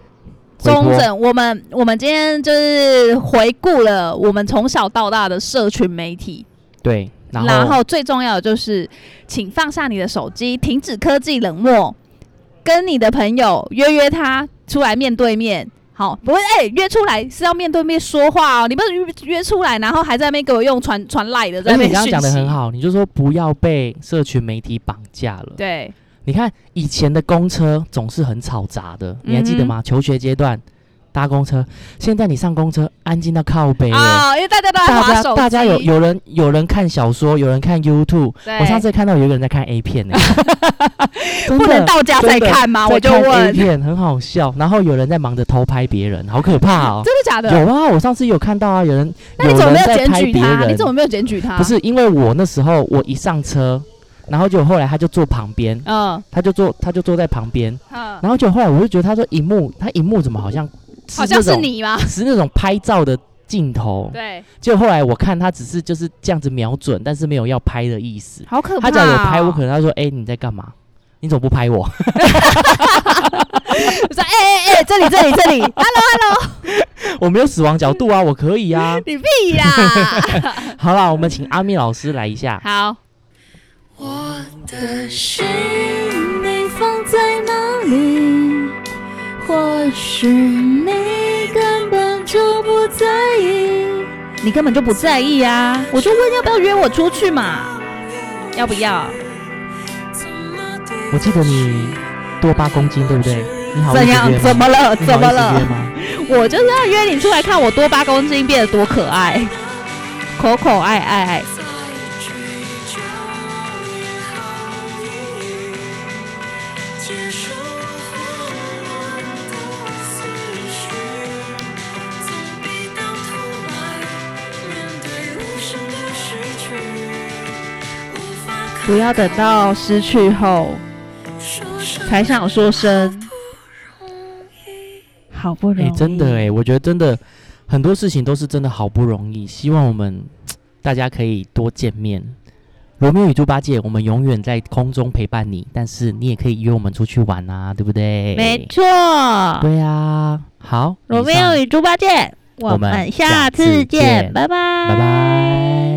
[SPEAKER 1] 回
[SPEAKER 2] 中
[SPEAKER 1] 播
[SPEAKER 2] 整。我们我们今天就是回顾了我们从小到大的社群媒体，
[SPEAKER 1] 对，然后
[SPEAKER 2] 然后最重要的就是，请放下你的手机，停止科技冷漠，跟你的朋友约约他出来面对面，好，不会哎、约出来是要面对面说话哦，你不是约约出来，然后还在那边给我用传传赖的在
[SPEAKER 1] 而
[SPEAKER 2] 那
[SPEAKER 1] 且哎
[SPEAKER 2] 边
[SPEAKER 1] 你刚刚讲的
[SPEAKER 2] 讯息
[SPEAKER 1] 很，好，你就说不要被社群媒体绑架了。
[SPEAKER 2] 对，
[SPEAKER 1] 你看以前的公车总是很吵杂的，你还记
[SPEAKER 2] 嗯
[SPEAKER 1] 得吗？求学阶段搭公车，现在你上公车安静到靠北耶、
[SPEAKER 2] 啊，因为大家都在
[SPEAKER 1] 大
[SPEAKER 2] 划
[SPEAKER 1] 家
[SPEAKER 2] 手机，哎
[SPEAKER 1] 大家有有人有人看小说，有人看 YouTube，
[SPEAKER 2] 对
[SPEAKER 1] 我上次看到有一个人在看 A 片 呢、真
[SPEAKER 2] 不能
[SPEAKER 1] 的
[SPEAKER 2] 到家再看吗？我
[SPEAKER 1] 在
[SPEAKER 2] 就
[SPEAKER 1] 看
[SPEAKER 2] 问，
[SPEAKER 1] A
[SPEAKER 2] 真的
[SPEAKER 1] 片很好笑，然后有人在忙着偷拍别人，好可怕 哦！
[SPEAKER 2] 假的？
[SPEAKER 1] 有啊，我上次有看到啊，有人
[SPEAKER 2] 那你怎
[SPEAKER 1] 有
[SPEAKER 2] 么没
[SPEAKER 1] 人
[SPEAKER 2] 有
[SPEAKER 1] 在
[SPEAKER 2] 检
[SPEAKER 1] 拍
[SPEAKER 2] 举
[SPEAKER 1] 别
[SPEAKER 2] 他？
[SPEAKER 1] 人
[SPEAKER 2] 你怎么没有检举他？
[SPEAKER 1] 不，是因为我那时候我一上车，然后就后来他就坐旁边，
[SPEAKER 2] 嗯
[SPEAKER 1] 他就坐他就坐在旁边，
[SPEAKER 2] 嗯，
[SPEAKER 1] 然后就后来我就觉得他说荧幕他荧幕怎么好像是
[SPEAKER 2] 好像
[SPEAKER 1] 那
[SPEAKER 2] 是
[SPEAKER 1] 种
[SPEAKER 2] 你吗？
[SPEAKER 1] 是那种拍照的镜头，
[SPEAKER 2] 对，
[SPEAKER 1] 就后来我看他只是就是这样子瞄准，但是没有要拍的意思。
[SPEAKER 2] 好可怕、
[SPEAKER 1] 他
[SPEAKER 2] 哦。
[SPEAKER 1] 讲有拍我，可能他说哎、你在干嘛？ 你怎么不拍我？
[SPEAKER 2] 我说哎哎哎，这里这里 这里，Hello，
[SPEAKER 1] 我没有死亡角度啊，我可以 啊。
[SPEAKER 2] 你屁啦！
[SPEAKER 1] 好啦，我们请阿咪老师来一下。
[SPEAKER 2] 好，
[SPEAKER 3] 我的心，你放在哪里？或许你根本就不在意。
[SPEAKER 2] 你根本就不在意啊！我就问要不要约我出去嘛，要不要？
[SPEAKER 1] 我记得你多八公斤对不对？你好意思
[SPEAKER 2] 怎
[SPEAKER 1] 约吗
[SPEAKER 2] 样？怎么了？
[SPEAKER 1] 你
[SPEAKER 2] 怎么
[SPEAKER 1] 好意思约
[SPEAKER 2] 了？
[SPEAKER 1] 吗？
[SPEAKER 2] 我就是要约你出来看我多八公斤变得多可爱，口口爱爱爱。
[SPEAKER 3] 在追求也好意，接受混乱的思绪，总比到头来面对无声的失去，无法抗
[SPEAKER 2] 不要等到失去后
[SPEAKER 3] 说声
[SPEAKER 2] 才想说声
[SPEAKER 3] 不容易。
[SPEAKER 2] 好不
[SPEAKER 1] 哎、真的哎、我觉得真的很多事情都是真的好不容易，希望我们大家可以多见面。罗密欧与猪八戒，我们永远在空中陪伴你，但是你也可以约我们出去玩啊，对不对？
[SPEAKER 2] 没错。
[SPEAKER 1] 对啊，好，
[SPEAKER 2] 罗
[SPEAKER 1] 以
[SPEAKER 2] 密
[SPEAKER 1] 上
[SPEAKER 2] 欧与猪八戒，我
[SPEAKER 1] 我们
[SPEAKER 2] 们下
[SPEAKER 1] 下次
[SPEAKER 2] 次见，
[SPEAKER 1] 见
[SPEAKER 2] 拜拜，
[SPEAKER 1] 拜拜。